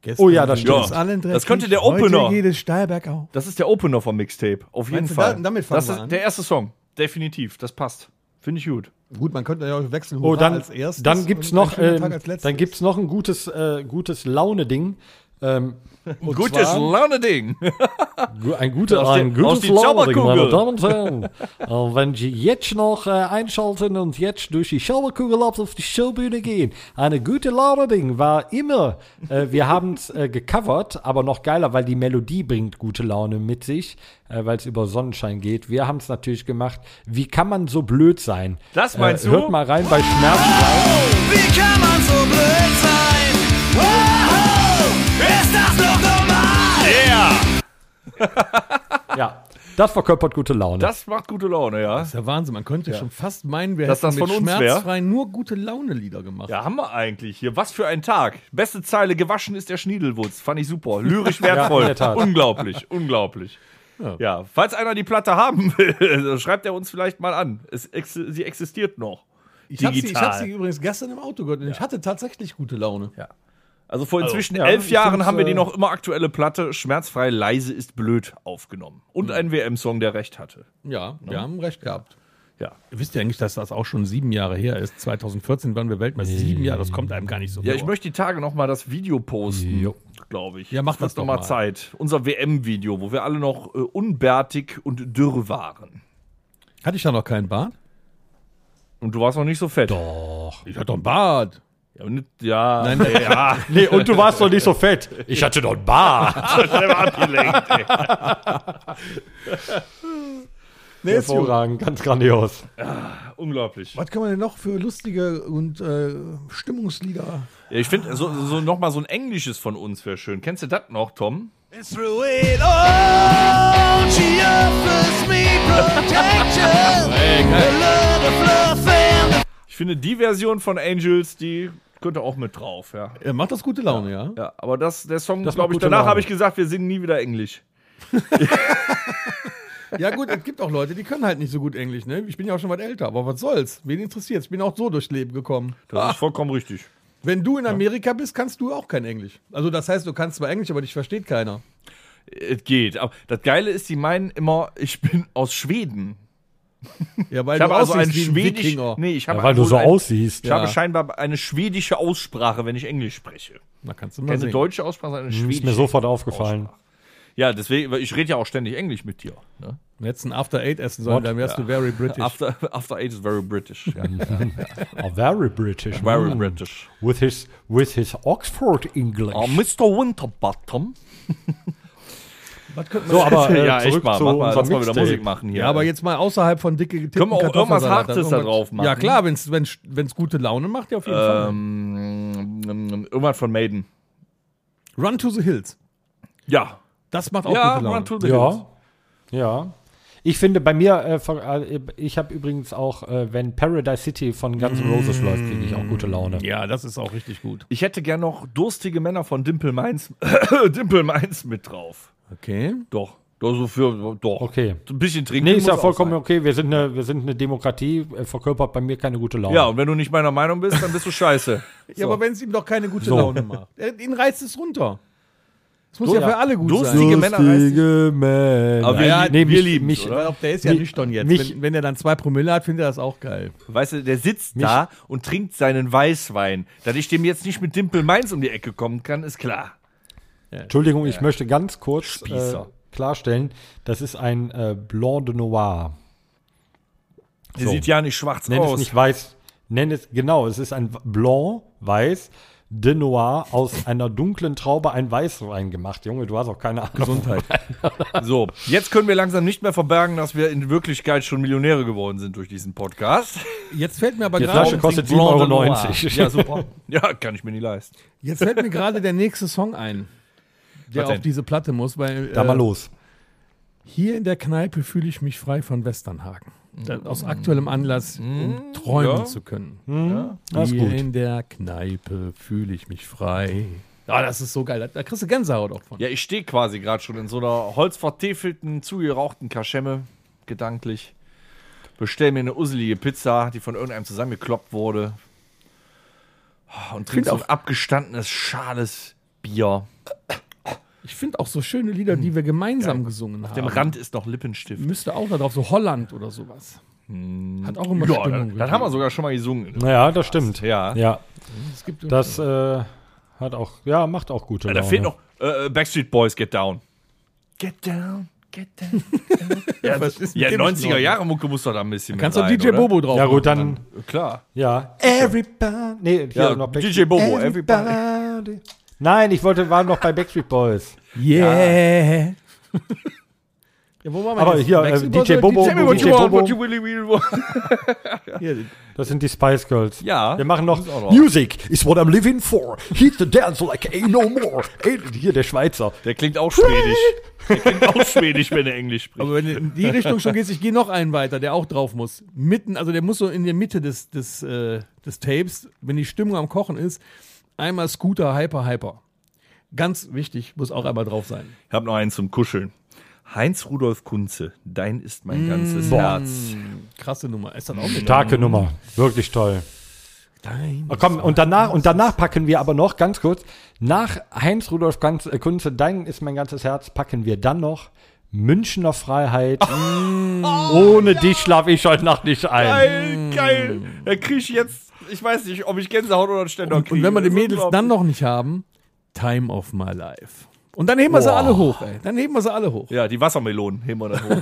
Speaker 2: Gestern
Speaker 3: Oh ja, das
Speaker 2: ging es
Speaker 4: stimmt.
Speaker 2: allen
Speaker 4: Das
Speaker 2: dreckig,
Speaker 4: könnte der
Speaker 2: heute
Speaker 4: Opener.
Speaker 2: geht es steil bergauf.
Speaker 4: Das ist der Opener vom Mixtape, auf jeden
Speaker 2: du,
Speaker 4: Fall.
Speaker 2: da- damit fangen
Speaker 4: das
Speaker 2: wir
Speaker 4: ist
Speaker 2: an?
Speaker 4: der erste Song, definitiv. Das passt. Finde ich gut.
Speaker 2: Gut, man könnte ja auch wechseln.
Speaker 3: Oh,
Speaker 2: Hurra
Speaker 3: dann,
Speaker 2: als erstes
Speaker 3: dann gibt es
Speaker 2: und
Speaker 3: noch,
Speaker 2: Ein schöner
Speaker 3: ähm,
Speaker 2: Tag als letztes.
Speaker 3: dann gibt's noch ein gutes, äh, gutes Laune-Ding. Ähm, und
Speaker 4: Gutes
Speaker 3: zwar-
Speaker 4: Laune-Ding.
Speaker 3: Gu- Ein guter,
Speaker 4: Aus der-
Speaker 3: ein
Speaker 4: aus
Speaker 3: gutes
Speaker 4: die
Speaker 3: Lauderding, meine
Speaker 4: Zauberkugel.
Speaker 3: Damen und Herren. Äh, Wenn Sie jetzt noch äh, einschalten und jetzt durch die Zauberkugel auf auf die Showbühne gehen. Eine gute Lauderding war immer, äh, wir haben es äh, gecovert, aber noch geiler, weil die Melodie bringt gute Laune mit sich, äh, weil es über Sonnenschein geht. Wir haben es natürlich gemacht. Wie kann man so blöd sein? Äh,
Speaker 4: Das meinst du?
Speaker 3: Hört mal rein bei Schmerzen.
Speaker 6: Wie kann man so blöd sein? Oh, ist das noch normal?
Speaker 3: Ja, das verkörpert gute Laune.
Speaker 4: Das macht gute Laune, ja.
Speaker 2: Das ist ja Wahnsinn. Man könnte schon fast meinen, wir
Speaker 4: Dass
Speaker 2: hätten
Speaker 4: das
Speaker 2: mit
Speaker 4: von uns wär.
Speaker 2: schmerzfrei nur gute Laune-Lieder gemacht.
Speaker 4: Ja, haben wir eigentlich hier. Was für ein Tag. Beste Zeile, gewaschen ist der Schniedelwurz. Fand ich super. Lyrisch
Speaker 3: Ja, in
Speaker 4: wertvoll.
Speaker 3: der Tat.
Speaker 4: unglaublich, unglaublich. Ja. falls einer die Platte haben will, so schreibt er uns vielleicht mal an. Es ex sie existiert noch.
Speaker 2: ich habe sie, ich hab sie übrigens gestern im Auto gehört und ich hatte tatsächlich gute Laune.
Speaker 4: Also vor inzwischen
Speaker 3: ja,
Speaker 4: elf
Speaker 3: ich
Speaker 4: Jahren
Speaker 3: find's,
Speaker 4: haben wir die
Speaker 3: äh,
Speaker 4: noch immer aktuelle Platte Schmerzfrei leise ist blöd aufgenommen.
Speaker 3: Mhm.
Speaker 4: Und ein WM-Song, der recht hatte.
Speaker 2: Ja, wir haben recht gehabt.
Speaker 4: Ja.
Speaker 2: Ne? Wisst ihr eigentlich, dass das auch schon sieben Jahre her ist? 2014 waren wir Weltmeister. Sieben Jahre, das kommt einem gar nicht so
Speaker 4: Ja,
Speaker 2: vor.
Speaker 4: ich möchte die Tage noch mal das Video posten,
Speaker 3: Jo.
Speaker 4: glaube ich.
Speaker 2: Ja, mach das
Speaker 4: Wird noch
Speaker 2: doch
Speaker 4: mal
Speaker 2: mal.
Speaker 4: Zeit. Unser WM-Video, wo wir alle noch äh, unbärtig und dürr waren.
Speaker 2: Hatte ich da noch keinen Bart?
Speaker 4: Und du warst noch nicht so fett.
Speaker 2: Ich hatte doch einen Bart.
Speaker 4: Ja, und nicht- ja.
Speaker 2: Nein, nein.
Speaker 4: ja.
Speaker 3: Nee, und du warst doch nicht so fett. Ich hatte doch einen Bart.
Speaker 2: Nee, ist gut.
Speaker 3: Hervorragend, ganz grandios.
Speaker 4: Unglaublich.
Speaker 2: Was kann man denn noch für lustige und äh, Stimmungslieder?
Speaker 4: Ja, ich finde, so, so nochmal so ein englisches von uns wäre schön. Kennst du das noch, Tom?
Speaker 6: It's through it all. She offers me protection. the love, the fluff, and the
Speaker 4: Ich finde, die Version von Angels, die könnte auch mit drauf, ja.
Speaker 2: Er macht das gute Laune, ja?
Speaker 4: Ja, aber das, der Song,
Speaker 3: Das
Speaker 4: glaube
Speaker 3: macht
Speaker 4: ich,
Speaker 3: gute
Speaker 4: danach
Speaker 3: Laune.
Speaker 4: habe ich gesagt, wir singen nie wieder Englisch.
Speaker 2: Ja, gut, es gibt auch Leute, die können halt nicht so gut Englisch, ne? Ich bin ja auch schon was älter, aber was soll's? Wen interessiert's? Ich bin auch so durchs Leben gekommen.
Speaker 4: Das ist vollkommen richtig.
Speaker 2: Wenn du in Amerika bist, kannst du auch kein Englisch. Also, das heißt, du kannst zwar Englisch, aber dich versteht keiner.
Speaker 4: Es geht. Aber das Geile ist, die meinen immer, ich bin aus Schweden.
Speaker 2: Ja, weil
Speaker 4: Ich habe also einen
Speaker 2: aussiehst wie ein
Speaker 4: schwedisch.
Speaker 2: Wikinger.
Speaker 4: Nee, ich habe
Speaker 3: weil du
Speaker 4: wohl
Speaker 3: so
Speaker 4: ein,
Speaker 3: aussiehst.
Speaker 4: Ich
Speaker 3: Ja.
Speaker 4: habe scheinbar eine schwedische Aussprache, wenn ich Englisch spreche.
Speaker 2: Da kannst du mal
Speaker 4: Keine
Speaker 2: sehen.
Speaker 4: deutsche Aussprache, sondern eine
Speaker 3: Ist
Speaker 4: schwedische.
Speaker 3: mir sofort aufgefallen.
Speaker 4: ja, deswegen, weil ich rede ja auch ständig Englisch mit dir. Ne?
Speaker 2: Jetzt ein After Eight essen sollen, dann wärst du very British.
Speaker 4: After, after Eight is very British. Ja.
Speaker 3: Oh, very British.
Speaker 4: Very
Speaker 3: Mm.
Speaker 4: British.
Speaker 3: With his, with his Oxford English.
Speaker 4: Oh, Mr. Winterbottom.
Speaker 2: Was könnte man
Speaker 3: so, aber äh,
Speaker 4: ja,
Speaker 3: zurück
Speaker 4: echt mal.
Speaker 3: zu
Speaker 4: Mach
Speaker 3: unserem
Speaker 4: mal, lass mal wieder
Speaker 3: Mixtape.
Speaker 4: Musik machen hier.
Speaker 2: ja, aber jetzt mal außerhalb von dicke getippten
Speaker 4: Können wir auch irgendwas
Speaker 2: Kartoffelsalat,
Speaker 4: Hartes da
Speaker 2: dann irgendwas-
Speaker 4: drauf machen?
Speaker 2: Ja, klar, wenn es wenn's, wenn's gute Laune macht, ja auf jeden
Speaker 4: ähm, irgendwann von Maiden.
Speaker 2: Fall. Run to the Hills.
Speaker 4: Ja.
Speaker 2: Das macht auch gute Laune.
Speaker 4: to
Speaker 3: Ja. Ja. Ich finde bei mir, äh, ver- äh, ich habe übrigens auch, äh, wenn Paradise City von Guns N' Roses läuft, kriege ich auch gute
Speaker 4: Mm,
Speaker 3: Laune.
Speaker 2: ja, das ist auch richtig gut.
Speaker 4: Ich hätte gern noch durstige Männer von Dimple Mainz, Dimple Mainz mit drauf.
Speaker 2: Okay.
Speaker 4: Doch. Doch, so für, doch.
Speaker 3: Okay.
Speaker 4: So Ein bisschen trinken.
Speaker 3: Nee, ist ja
Speaker 4: muss auch
Speaker 3: vollkommen
Speaker 4: sein.
Speaker 3: okay. Wir sind, eine, wir sind eine Demokratie, äh, verkörpert bei mir keine gute Laune.
Speaker 4: Ja, und wenn du nicht meiner Meinung bist, dann bist du scheiße.
Speaker 2: Ja, aber wenn es ihm doch keine gute Laune macht. Er- Ihn reißt es runter. Es muss
Speaker 4: So,
Speaker 2: ja, für
Speaker 4: ja.
Speaker 2: alle gut
Speaker 4: Durstige
Speaker 2: sein.
Speaker 4: Männer. Durstige
Speaker 3: Männer.
Speaker 4: Aber wir
Speaker 3: Äh,
Speaker 4: lieb-
Speaker 3: nee,
Speaker 4: wir
Speaker 3: mich,
Speaker 4: lieben's,
Speaker 3: mich,
Speaker 2: Weil auch der ist ja
Speaker 3: Mich-
Speaker 2: nüchtern jetzt.
Speaker 3: mich-
Speaker 2: wenn, wenn er dann zwei Promille hat, findet er das auch geil.
Speaker 4: Weißt du, der sitzt da und trinkt seinen Weißwein. Dass ich dem jetzt nicht mit Dimple Mainz um die Ecke kommen kann, ist klar.
Speaker 3: Entschuldigung, ich möchte ganz kurz äh,
Speaker 4: Spießer.
Speaker 3: klarstellen, das ist ein äh, Blanc de Noir.
Speaker 4: Der
Speaker 3: So.
Speaker 4: sieht ja nicht schwarz
Speaker 3: Nenn
Speaker 4: aus.
Speaker 3: es nicht weiß. Nenn es, genau, es ist ein Blanc, weiß. de Noir aus einer dunklen Traube ein Weißwein gemacht. Junge, du hast auch keine Ahnung.
Speaker 4: Gesundheit. So, jetzt können wir langsam nicht mehr verbergen, dass wir in Wirklichkeit schon Millionäre geworden sind durch diesen Podcast.
Speaker 2: Jetzt fällt mir aber
Speaker 3: Die Flasche
Speaker 2: gerade
Speaker 3: kostet
Speaker 4: Blanc de
Speaker 3: 7,90 Euro.
Speaker 4: Noir. Ja, super. Ja, kann ich mir nie leisten.
Speaker 2: jetzt fällt mir gerade der nächste Song ein, der
Speaker 4: Was
Speaker 2: auf
Speaker 4: denn?
Speaker 2: diese Platte muss, weil
Speaker 3: Da mal
Speaker 2: äh,
Speaker 3: los.
Speaker 2: hier in der Kneipe fühle ich mich frei von Westernhagen. Da- Aus aktuellem Anlass, um träumen
Speaker 4: ja.
Speaker 2: zu können.
Speaker 3: Das ist
Speaker 2: Hier
Speaker 3: Hm, gut.
Speaker 2: in der Kneipe fühle ich mich frei. Ah, das ist so geil. Da, da kriegst du Gänsehaut auch von.
Speaker 4: Ja, ich stehe quasi gerade schon in so einer holzvertäfelten, zugerauchten Kaschemme, gedanklich. Bestell mir eine usselige Pizza, die von irgendeinem zusammengekloppt wurde. Ah, Und trink so ein abgestandenes, schales Bier.
Speaker 2: Ich finde auch so schöne Lieder, die wir gemeinsam gesungen haben.
Speaker 4: Dem Rand ist noch Lippenstift.
Speaker 2: Müsste auch da drauf, so Holland oder sowas. Hat auch immer
Speaker 4: Ja,
Speaker 2: Stimmung.
Speaker 4: dann, dann haben wir sogar schon mal gesungen.
Speaker 3: Naja, das stimmt.
Speaker 4: Ja.
Speaker 3: Ja,
Speaker 2: es gibt
Speaker 3: das äh, hat auch, ja, macht auch gute
Speaker 4: Da
Speaker 3: Laune.
Speaker 4: fehlt noch
Speaker 2: genau.
Speaker 4: äh, äh, Backstreet Boys Get Down. Get Down, get down. ja,
Speaker 2: Was ist mit
Speaker 4: ja
Speaker 2: dem nicht
Speaker 4: 90er Jahre Mucke muss doch da ein bisschen
Speaker 2: Kannst
Speaker 4: mit
Speaker 2: du
Speaker 4: rein,
Speaker 2: DJ
Speaker 4: oder?
Speaker 2: Bobo drauf
Speaker 3: Ja gut,
Speaker 2: machen.
Speaker 3: dann,
Speaker 4: Klar.
Speaker 3: ja. Everybody. Nee, hier
Speaker 4: Ja,
Speaker 3: noch
Speaker 4: DJ Bobo, everybody.
Speaker 3: Everybody. Nein, ich wollte, war noch bei Backstreet Boys.
Speaker 2: Yeah. ja, wo waren wir
Speaker 3: Aber
Speaker 2: jetzt?
Speaker 3: hier, äh,
Speaker 2: Backstreet
Speaker 3: DJ
Speaker 2: Boys
Speaker 3: Bobo,
Speaker 2: oder
Speaker 4: Tell me what
Speaker 3: DJ
Speaker 4: you want,
Speaker 3: Bobo.
Speaker 4: what you really, really want.
Speaker 2: Hier,
Speaker 3: Das sind die Spice Girls.
Speaker 4: Ja.
Speaker 3: Wir machen noch
Speaker 4: Ist auch noch.
Speaker 3: Music is what I'm living for. Hit the dance like ain't no more. Ey, hier der Schweizer.
Speaker 4: Der klingt auch schwedisch. Der klingt auch schwedisch, wenn er Englisch spricht.
Speaker 2: Aber wenn du in die Richtung schon gehst, ich gehe noch einen weiter, der auch drauf muss. Mitten, also der muss so in der Mitte des, des, äh, des Tapes, wenn die Stimmung am Kochen ist, einmal Scooter Hyper Hyper. Ganz wichtig, muss auch einmal drauf sein.
Speaker 4: ich habe noch einen zum Kuscheln. Heinz Rudolf Kunze, dein ist mein
Speaker 2: Mmh.
Speaker 4: ganzes Herz.
Speaker 2: Krasse Nummer. Ist das auch mit
Speaker 3: Starke Nummer. Wirklich toll.
Speaker 2: Dein.
Speaker 3: Oh, komm, und danach, und danach packen wir aber noch, ganz kurz, nach Heinz Rudolf Ganz, äh, Kunze, dein ist mein ganzes Herz, packen wir dann noch Münchner Freiheit. Mm. Ohne dich schlafe ich heute Nacht nicht ein.
Speaker 4: Oh,
Speaker 2: Mmh.
Speaker 4: Geil, geil. Da krieg ich jetzt, ich weiß nicht, ob ich Gänsehaut oder einen Ständer kriege.
Speaker 2: Und wenn wir die
Speaker 4: Das ist
Speaker 2: Mädels dann
Speaker 4: unglaublich.
Speaker 2: noch nicht haben, Time of My Life. Und dann heben wir sie alle hoch, ey. Dann heben wir sie alle hoch.
Speaker 4: Ja, die Wassermelonen heben wir da hoch.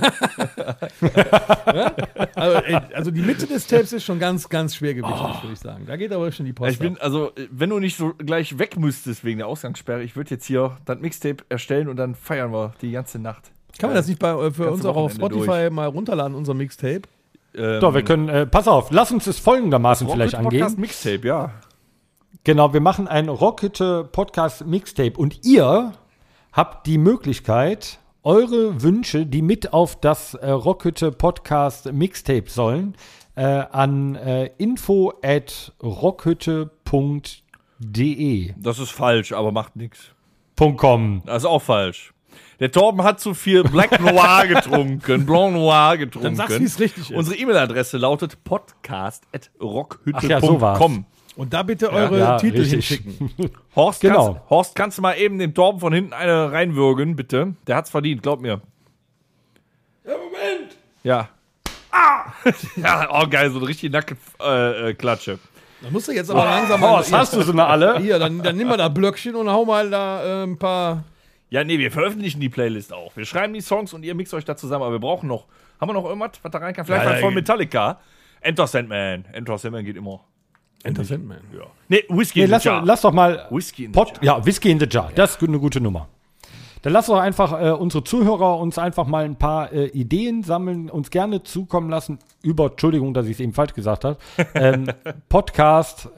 Speaker 2: Also, ey, also die Mitte des Tapes ist schon ganz, ganz schwergewichtig, würde ich sagen. Da geht aber schon die Post.
Speaker 4: ich bin, also, wenn du nicht so gleich weg müsstest wegen der Ausgangssperre, ich würde jetzt hier das Mixtape erstellen und dann feiern wir die ganze Nacht.
Speaker 2: Kann man das nicht bei, äh, für
Speaker 4: ganze
Speaker 2: uns auch auf
Speaker 4: Wochenende
Speaker 2: Spotify mal runterladen, unser Mixtape?
Speaker 4: Ähm,
Speaker 3: So, wir können, äh, pass auf, lass uns es folgendermaßen vielleicht
Speaker 4: Rocket Podcast
Speaker 3: angehen.
Speaker 4: Mixtape, ja.
Speaker 3: Genau, wir machen ein Rockete Podcast Mixtape und ihr habt die Möglichkeit, eure Wünsche, die mit auf das äh, Rockhütte Podcast Mixtape sollen, äh, an äh, info at rockhütte.de.
Speaker 4: Das ist falsch, aber macht nichts.
Speaker 3: .com.
Speaker 4: Das ist auch falsch. Der Torben hat zu viel Black Noir getrunken, Blanc Noir getrunken.
Speaker 2: Dann sagst du, wie's richtig ist.
Speaker 4: Unsere E-Mail-Adresse lautet podcast.rockhütte.com.
Speaker 3: Ach ja, so war's.
Speaker 2: Und da bitte eure
Speaker 3: ja,
Speaker 2: Titel
Speaker 3: richtig.
Speaker 2: hinschicken.
Speaker 4: Horst,
Speaker 3: Genau.
Speaker 4: kannst, Horst, kannst du mal eben dem Torben von hinten eine reinwürgen, bitte? Der hat's verdient, glaub mir. Ja, Moment. Ja. Ah! ja, oh geil, so eine richtige Nackenklatsche. Äh, Klatsche.
Speaker 2: Da musst du jetzt aber langsam mal.
Speaker 3: Was Oh, hast du so mal alle?
Speaker 2: Hier, dann, dann nimm mal da Blöckchen und hau mal da äh, ein paar.
Speaker 4: ja, nee, wir veröffentlichen die Playlist auch. Wir schreiben die Songs und ihr mixt euch da zusammen, aber wir brauchen noch. Haben wir noch irgendwas, was da rein kann? Vielleicht
Speaker 2: Ja,
Speaker 4: was
Speaker 2: ja,
Speaker 3: äh,
Speaker 4: von
Speaker 2: geht.
Speaker 4: Metallica. Enter Sandman. Enter Sandman geht immer.
Speaker 2: Enter Sandman. Ja.
Speaker 4: Nee, Whiskey
Speaker 3: Nee,
Speaker 4: in the
Speaker 3: lass,
Speaker 4: Jar.
Speaker 3: lass doch mal
Speaker 4: Whisky in the
Speaker 3: Pod, Ja, Whisky in the Jar. Das ist eine gute Nummer. Dann lass doch einfach äh, unsere Zuhörer uns einfach mal ein paar äh, Ideen sammeln, uns gerne zukommen lassen über, Entschuldigung, dass ich es eben falsch gesagt habe, ähm, podcast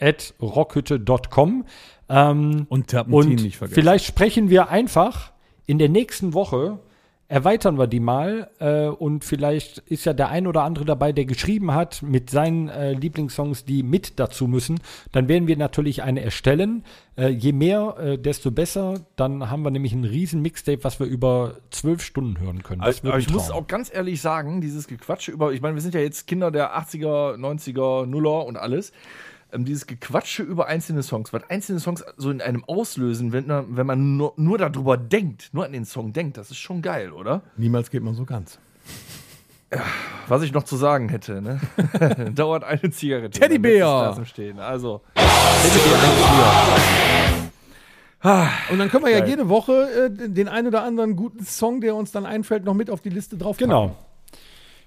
Speaker 3: at rockhütte.com. Ähm,
Speaker 2: Und Terpentin
Speaker 3: und
Speaker 2: nicht vergessen.
Speaker 3: vielleicht sprechen wir einfach in der nächsten Woche, erweitern wir die mal äh, und vielleicht ist ja der ein oder andere dabei, der geschrieben hat mit seinen äh, Lieblingssongs, die mit dazu müssen. Dann werden wir natürlich eine erstellen. Äh, je mehr, äh, desto besser. Dann haben wir nämlich ein riesen Mixtape, was wir über zwölf Stunden hören können. Das wird
Speaker 4: Aber, Also, aber
Speaker 3: ein
Speaker 4: ich muss
Speaker 3: Traum.
Speaker 4: auch ganz ehrlich sagen, dieses Gequatsche über, ich meine, wir sind ja jetzt Kinder der 80er, 90er, Nuller und alles. Ähm, dieses Gequatsche über einzelne Songs, was einzelne Songs so in einem auslösen, wenn, man- wenn man nur, nur darüber denkt, nur an den Song denkt, das ist schon geil, oder?
Speaker 2: Niemals geht man so ganz.
Speaker 4: Was ich noch zu sagen hätte, ne? Dauert eine Zigarette.
Speaker 2: Teddybär.
Speaker 4: Dann lässt sich das im Stehen. Also,
Speaker 2: Und dann können wir ja jede Woche äh, den einen oder anderen guten Song, der uns dann einfällt, noch mit auf die Liste drauf.
Speaker 3: Genau.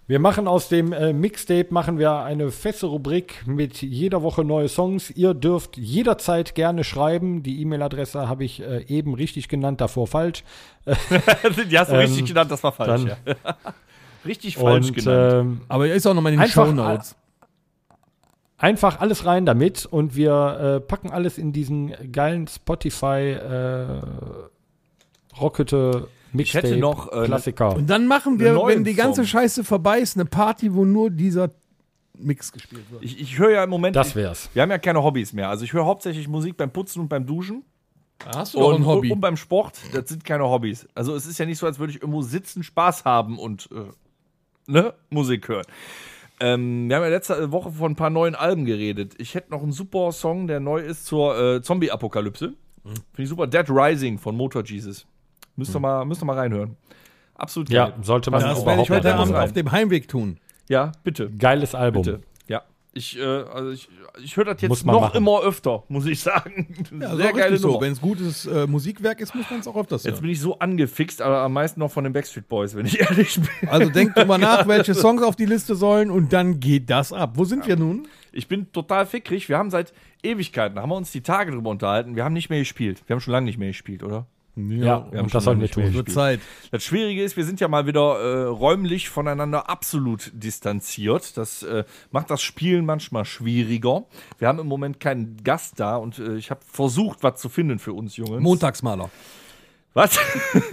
Speaker 3: Wir machen aus dem äh, Mixtape machen wir eine feste Rubrik mit jeder Woche neue Songs. Ihr dürft jederzeit gerne schreiben. Die E-Mail-Adresse habe ich äh, eben richtig genannt, davor falsch.
Speaker 4: Die hast du richtig genannt, das war falsch.
Speaker 3: dann-
Speaker 4: ja. richtig falsch genannt.
Speaker 3: ähm,
Speaker 2: Aber er ist auch nochmal in den
Speaker 3: Einfach,
Speaker 2: Show Notes.
Speaker 3: einfach alles rein damit und wir äh, packen alles in diesen geilen Spotify äh, Rockete
Speaker 4: Ich hätte
Speaker 3: Mixtape
Speaker 4: noch, äh,
Speaker 3: Klassiker.
Speaker 2: Und dann machen wir,
Speaker 4: neuen
Speaker 2: wenn die ganze
Speaker 4: Song.
Speaker 2: Scheiße vorbei ist, eine Party, wo nur dieser Mix gespielt wird.
Speaker 4: Ich, ich höre ja im Moment.
Speaker 3: das wär's.
Speaker 4: wir haben ja keine Hobbys mehr. Also ich höre hauptsächlich Musik beim Putzen und beim Duschen.
Speaker 2: Hast
Speaker 4: und, um- und beim Sport, das sind keine Hobbys. Also es ist ja nicht so, als würde ich irgendwo sitzen, Spaß haben und äh, ne, Musik hören. Ähm, wir haben ja letzte Woche von ein paar neuen Alben geredet. Ich hätte noch einen super Song, der neu ist zur äh, Zombie-Apokalypse. Finde ich super. Dead Rising von Motor Jesus. Müsst ihr mal, müsst ihr mal reinhören. Absolut
Speaker 3: Ja,
Speaker 4: geil.
Speaker 3: sollte man
Speaker 4: Passt
Speaker 2: Das
Speaker 4: auch.
Speaker 2: werde ich
Speaker 3: überhaupt
Speaker 2: heute
Speaker 3: mal
Speaker 2: Abend
Speaker 4: rein.
Speaker 2: auf dem Heimweg tun.
Speaker 4: Ja, bitte.
Speaker 3: Geiles Album.
Speaker 4: Bitte. Ja. Ich, äh, also ich, ich höre das jetzt
Speaker 3: Muss man
Speaker 4: noch
Speaker 3: machen.
Speaker 4: immer öfter, muss ich sagen.
Speaker 2: Ja, Sehr geil so. Wenn es gutes äh, Musikwerk ist, muss man es auch öfters
Speaker 4: Jetzt
Speaker 2: hören.
Speaker 4: bin ich so angefixt, aber am meisten noch von den Backstreet Boys, wenn ich ehrlich bin.
Speaker 2: Also denkt drüber nach, welche Songs auf die Liste sollen und dann geht das ab. Wo sind wir nun?
Speaker 4: Ich bin total fickrig. Wir haben seit Ewigkeiten, haben wir uns die Tage drüber unterhalten. Wir haben nicht mehr gespielt. Wir haben schon lange nicht mehr gespielt, oder?
Speaker 3: Ja,
Speaker 4: wir haben
Speaker 3: und
Speaker 4: schon
Speaker 3: das sollten
Speaker 4: lange
Speaker 3: wir
Speaker 4: nicht mehr
Speaker 3: tun.
Speaker 4: gespielt.
Speaker 2: Wird Zeit.
Speaker 4: Das Schwierige ist, wir sind ja mal wieder äh, räumlich voneinander absolut distanziert. Das äh, macht das Spielen manchmal schwieriger. Wir haben im Moment keinen Gast da und äh, ich habe versucht, was zu finden für uns Jungs.
Speaker 2: Montagsmaler.
Speaker 4: Was?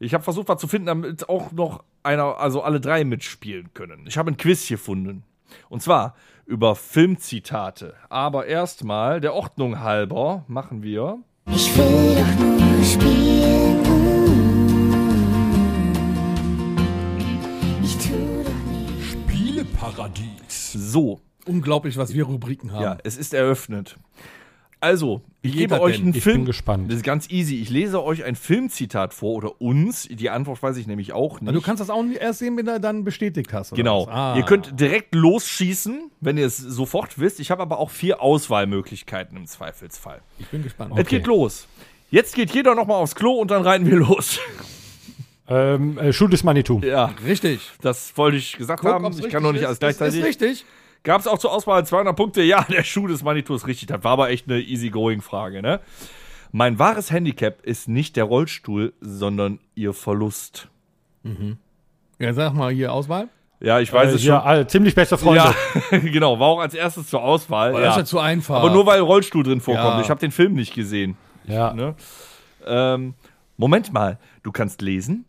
Speaker 4: Ich habe versucht, was zu finden, damit auch noch einer, also alle drei mitspielen können. Ich habe ein Quiz gefunden. Und zwar über Filmzitate. Aber erstmal, der Ordnung halber, machen wir.
Speaker 7: Ich will doch nur spielen. Ich tu doch nicht.
Speaker 5: Spieleparadies.
Speaker 4: So.
Speaker 2: Unglaublich, was wir Rubriken haben.
Speaker 4: Ja, es ist eröffnet. Also, ich
Speaker 2: geht das
Speaker 4: gebe euch
Speaker 2: denn?
Speaker 4: einen
Speaker 3: Ich
Speaker 4: Film.
Speaker 3: bin gespannt.
Speaker 4: Das ist ganz easy. Ich lese euch ein Filmzitat vor oder uns. Die Antwort weiß ich nämlich auch nicht.
Speaker 2: Also du kannst das auch nicht erst sehen, wenn du dann bestätigt hast. oder
Speaker 4: Genau.
Speaker 2: was? Ah.
Speaker 4: Ihr könnt direkt losschießen, wenn ihr es sofort wisst. Ich habe aber auch vier Auswahlmöglichkeiten im Zweifelsfall.
Speaker 2: Ich bin gespannt.
Speaker 4: Es geht los. Jetzt geht jeder nochmal aufs Klo und dann reiten wir los.
Speaker 3: Ähm, äh, Shoot is Manitou.
Speaker 4: Ja,
Speaker 2: Richtig.
Speaker 4: das wollte ich gesagt
Speaker 2: Guck,
Speaker 4: haben.
Speaker 2: ob's
Speaker 4: Ich kann noch nicht
Speaker 2: richtig
Speaker 4: alles
Speaker 2: ist. Das
Speaker 4: gleichzeitig.
Speaker 2: Ist richtig.
Speaker 4: Gab es auch zur Auswahl 200 Punkte? Ja, der Schuh des Manitou ist richtig. Das war aber echt eine easy-going-Frage, ne? Mein wahres Handicap ist nicht der Rollstuhl, sondern ihr Verlust.
Speaker 2: Ja, sag mal hier Auswahl.
Speaker 4: Ja, ich weiß
Speaker 3: Äh,
Speaker 4: es
Speaker 3: hier,
Speaker 4: schon.
Speaker 3: alle, ziemlich beste Freunde.
Speaker 4: Ja, genau, war auch als erstes zur Auswahl.
Speaker 2: Das ist
Speaker 4: ja.
Speaker 2: ja zu einfach.
Speaker 4: Aber nur weil Rollstuhl drin vorkommt.
Speaker 2: Ja.
Speaker 4: Ich habe den Film nicht gesehen.
Speaker 3: Ja.
Speaker 4: Ne? Ähm, Moment mal, du kannst lesen?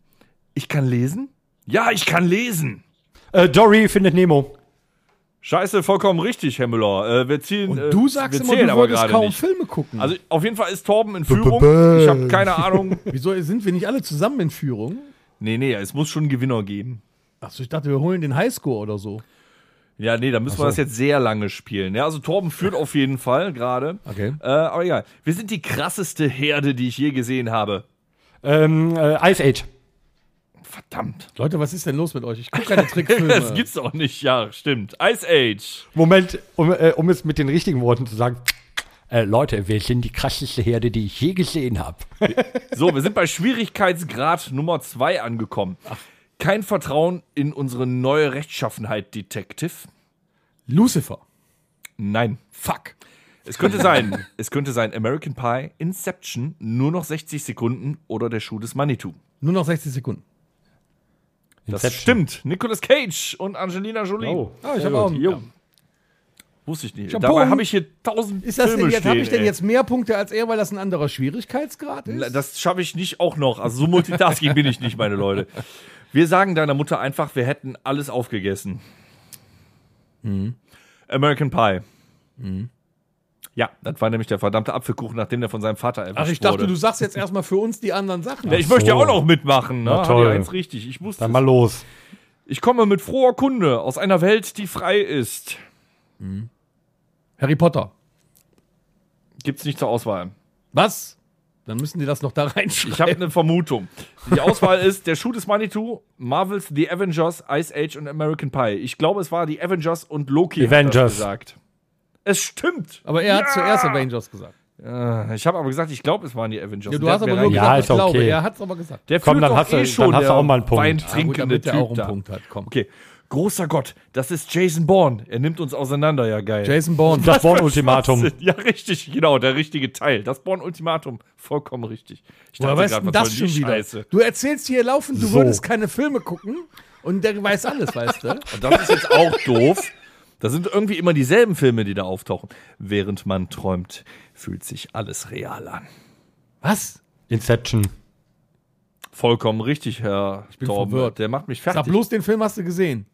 Speaker 4: Ich kann lesen? Ja, ich kann lesen.
Speaker 3: Äh, Dory findet Nemo.
Speaker 4: Scheiße, vollkommen richtig, Herr Müller. Äh, wir ziehen.
Speaker 2: Und
Speaker 4: äh,
Speaker 2: du sagst
Speaker 4: wir
Speaker 2: immer,
Speaker 4: zählen
Speaker 2: du
Speaker 4: aber
Speaker 2: würdest
Speaker 4: gerade
Speaker 2: kaum
Speaker 4: nicht.
Speaker 2: Filme gucken.
Speaker 4: Also auf jeden Fall ist Torben in Führung. Ich habe keine Ahnung.
Speaker 2: Wieso sind wir nicht alle zusammen in Führung?
Speaker 4: Nee, nee, es muss schon einen Gewinner geben.
Speaker 2: Achso, ich dachte, wir holen den Highscore oder so.
Speaker 4: Ja, nee, da müssen wir das jetzt sehr lange spielen. Ja, also Torben führt auf jeden Fall gerade.
Speaker 2: Okay.
Speaker 4: Äh, aber egal. Wir sind die krasseste Herde, die ich je gesehen habe.
Speaker 3: Ähm, äh, Ice Age.
Speaker 4: Verdammt.
Speaker 2: Leute, was ist denn los mit euch? Ich gucke keine Trickfilme.
Speaker 4: Das gibt's doch nicht, ja, stimmt. Ice Age.
Speaker 3: Moment, um, äh, um es mit den richtigen Worten zu sagen. Äh, Leute, wir sind die krasseste Herde, die ich je gesehen habe.
Speaker 4: So, wir sind bei Schwierigkeitsgrad Nummer 2 angekommen. Kein Vertrauen in unsere neue Rechtschaffenheit, Detective?
Speaker 2: Lucifer.
Speaker 4: Nein.
Speaker 2: Fuck.
Speaker 4: Es könnte sein, es könnte sein American Pie, Inception, nur noch 60 Sekunden oder der Schuh des Manitou.
Speaker 2: Nur noch 60 Sekunden.
Speaker 4: Das
Speaker 3: Inception.
Speaker 4: stimmt. Nicolas Cage und Angelina Jolie.
Speaker 3: Oh,
Speaker 2: Ah, ich
Speaker 3: sehr
Speaker 2: habe auch.
Speaker 3: gut.
Speaker 2: einen- Ja.
Speaker 4: Wusste ich nicht.
Speaker 2: Chapeau.
Speaker 4: Dabei habe ich hier 1000
Speaker 2: Ist das
Speaker 4: Filme
Speaker 2: denn jetzt,
Speaker 4: stehen.
Speaker 2: habe ich denn
Speaker 4: ey.
Speaker 2: jetzt mehr Punkte als er, weil das ein anderer Schwierigkeitsgrad
Speaker 4: Na,
Speaker 2: ist?
Speaker 4: Das schaffe ich nicht auch noch. Also so multitasking bin ich nicht, meine Leute. Wir sagen deiner Mutter einfach, wir hätten alles aufgegessen.
Speaker 2: Mhm.
Speaker 4: American Pie. Ja, das war nämlich der verdammte Apfelkuchen, nachdem der von seinem Vater erwischt
Speaker 2: Ach, ich dachte,
Speaker 4: wurde.
Speaker 2: du sagst jetzt erstmal für uns die anderen Sachen.
Speaker 4: ja, ich möchte ja
Speaker 3: so.
Speaker 4: auch noch mitmachen. Ne?
Speaker 3: Na
Speaker 4: Hab ich
Speaker 3: toll.
Speaker 4: ja Eins richtig. Ich wusste.
Speaker 3: Dann mal
Speaker 4: es.
Speaker 3: los.
Speaker 4: Ich komme mit froher Kunde aus einer Welt, die frei ist.
Speaker 2: Harry Potter.
Speaker 4: Gibt's nicht zur Auswahl.
Speaker 2: Was? Dann müssen die das noch da reinschreiben.
Speaker 4: Ich habe eine Vermutung. Die Auswahl ist der Schuh des Manitou, Marvels The Avengers, Ice Age und American Pie. Ich glaube, es war die Avengers und Loki. hat das
Speaker 3: Avengers.
Speaker 4: gesagt. Es stimmt.
Speaker 2: aber er hat zuerst Avengers gesagt.
Speaker 4: Äh, Ich habe aber gesagt, ich glaube, es waren die Avengers.
Speaker 2: Ja, du
Speaker 4: Der
Speaker 2: hast
Speaker 4: hat
Speaker 2: aber
Speaker 4: mir
Speaker 2: nur
Speaker 4: rein-
Speaker 3: Ja,
Speaker 2: gesagt, ich
Speaker 3: ist okay.
Speaker 2: glaube. Er hat es aber gesagt.
Speaker 4: Der
Speaker 3: Komm,
Speaker 4: führt
Speaker 3: dann
Speaker 4: doch
Speaker 3: hast du-
Speaker 4: eh
Speaker 3: dann
Speaker 4: schon
Speaker 3: hast du
Speaker 4: der
Speaker 3: auch mal einen Punkt.
Speaker 4: weintrinkende
Speaker 2: damit der
Speaker 4: Typ
Speaker 2: auch einen
Speaker 4: da.
Speaker 2: Punkt hat. Komm.
Speaker 4: Okay. Großer Gott, das ist Jason Bourne. Er nimmt uns auseinander, ja geil.
Speaker 2: Jason Bourne.
Speaker 3: Das Born-Ultimatum.
Speaker 4: Schwachsinn. Ja, richtig, genau, der richtige Teil. Das Born-Ultimatum, vollkommen richtig. Ich
Speaker 2: Woher weißt
Speaker 4: grad,
Speaker 2: du
Speaker 4: was
Speaker 2: das
Speaker 4: soll
Speaker 2: schon
Speaker 4: die
Speaker 2: wieder?
Speaker 4: Scheiße?
Speaker 2: Du erzählst hier laufend, du
Speaker 3: So.
Speaker 2: würdest keine Filme gucken und der weiß alles, weißt du?
Speaker 4: Und das ist jetzt auch doof. Da sind irgendwie immer dieselben Filme, die da auftauchen. Während man träumt, fühlt sich alles real an.
Speaker 2: Was?
Speaker 3: Inception.
Speaker 4: Vollkommen richtig, Herr ich
Speaker 2: bin verwirrt.
Speaker 4: Der macht mich
Speaker 2: Sag
Speaker 4: fertig.
Speaker 2: bloß, den Film hast du gesehen.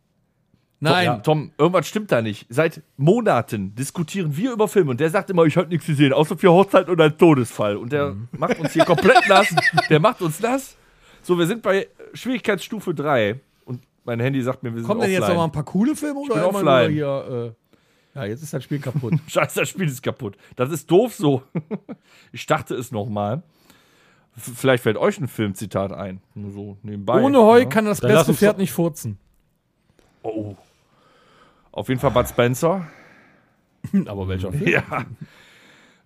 Speaker 4: Tom,
Speaker 2: Nein.
Speaker 4: ja, Tom, irgendwas stimmt da nicht. Seit Monaten diskutieren wir über Filme und der sagt immer, ich habe nichts gesehen, außer für Hochzeit und einen Todesfall. Und der
Speaker 2: Mhm.
Speaker 4: macht uns hier komplett nass. Der macht uns nass. So, wir sind bei Schwierigkeitsstufe 3 und mein Handy sagt mir, wir sind
Speaker 2: Kommen denn
Speaker 4: offline.
Speaker 2: jetzt noch mal ein paar coole Filme oder
Speaker 4: bin
Speaker 2: immer
Speaker 4: offline.
Speaker 2: nur hier? Äh, ja, jetzt ist das Spiel kaputt.
Speaker 4: Scheiße, das Spiel ist kaputt. Das ist doof so. Ich dachte es nochmal. Vielleicht fällt euch ein Filmzitat ein. Nur so nebenbei.
Speaker 2: Ohne Heu
Speaker 4: Ja.
Speaker 2: kann das
Speaker 3: Dann lass
Speaker 2: beste
Speaker 3: uns
Speaker 2: Pferd
Speaker 3: doch-
Speaker 2: nicht furzen.
Speaker 4: Oh. Auf jeden Fall Bud Spencer.
Speaker 2: Aber welcher Film?
Speaker 4: ja.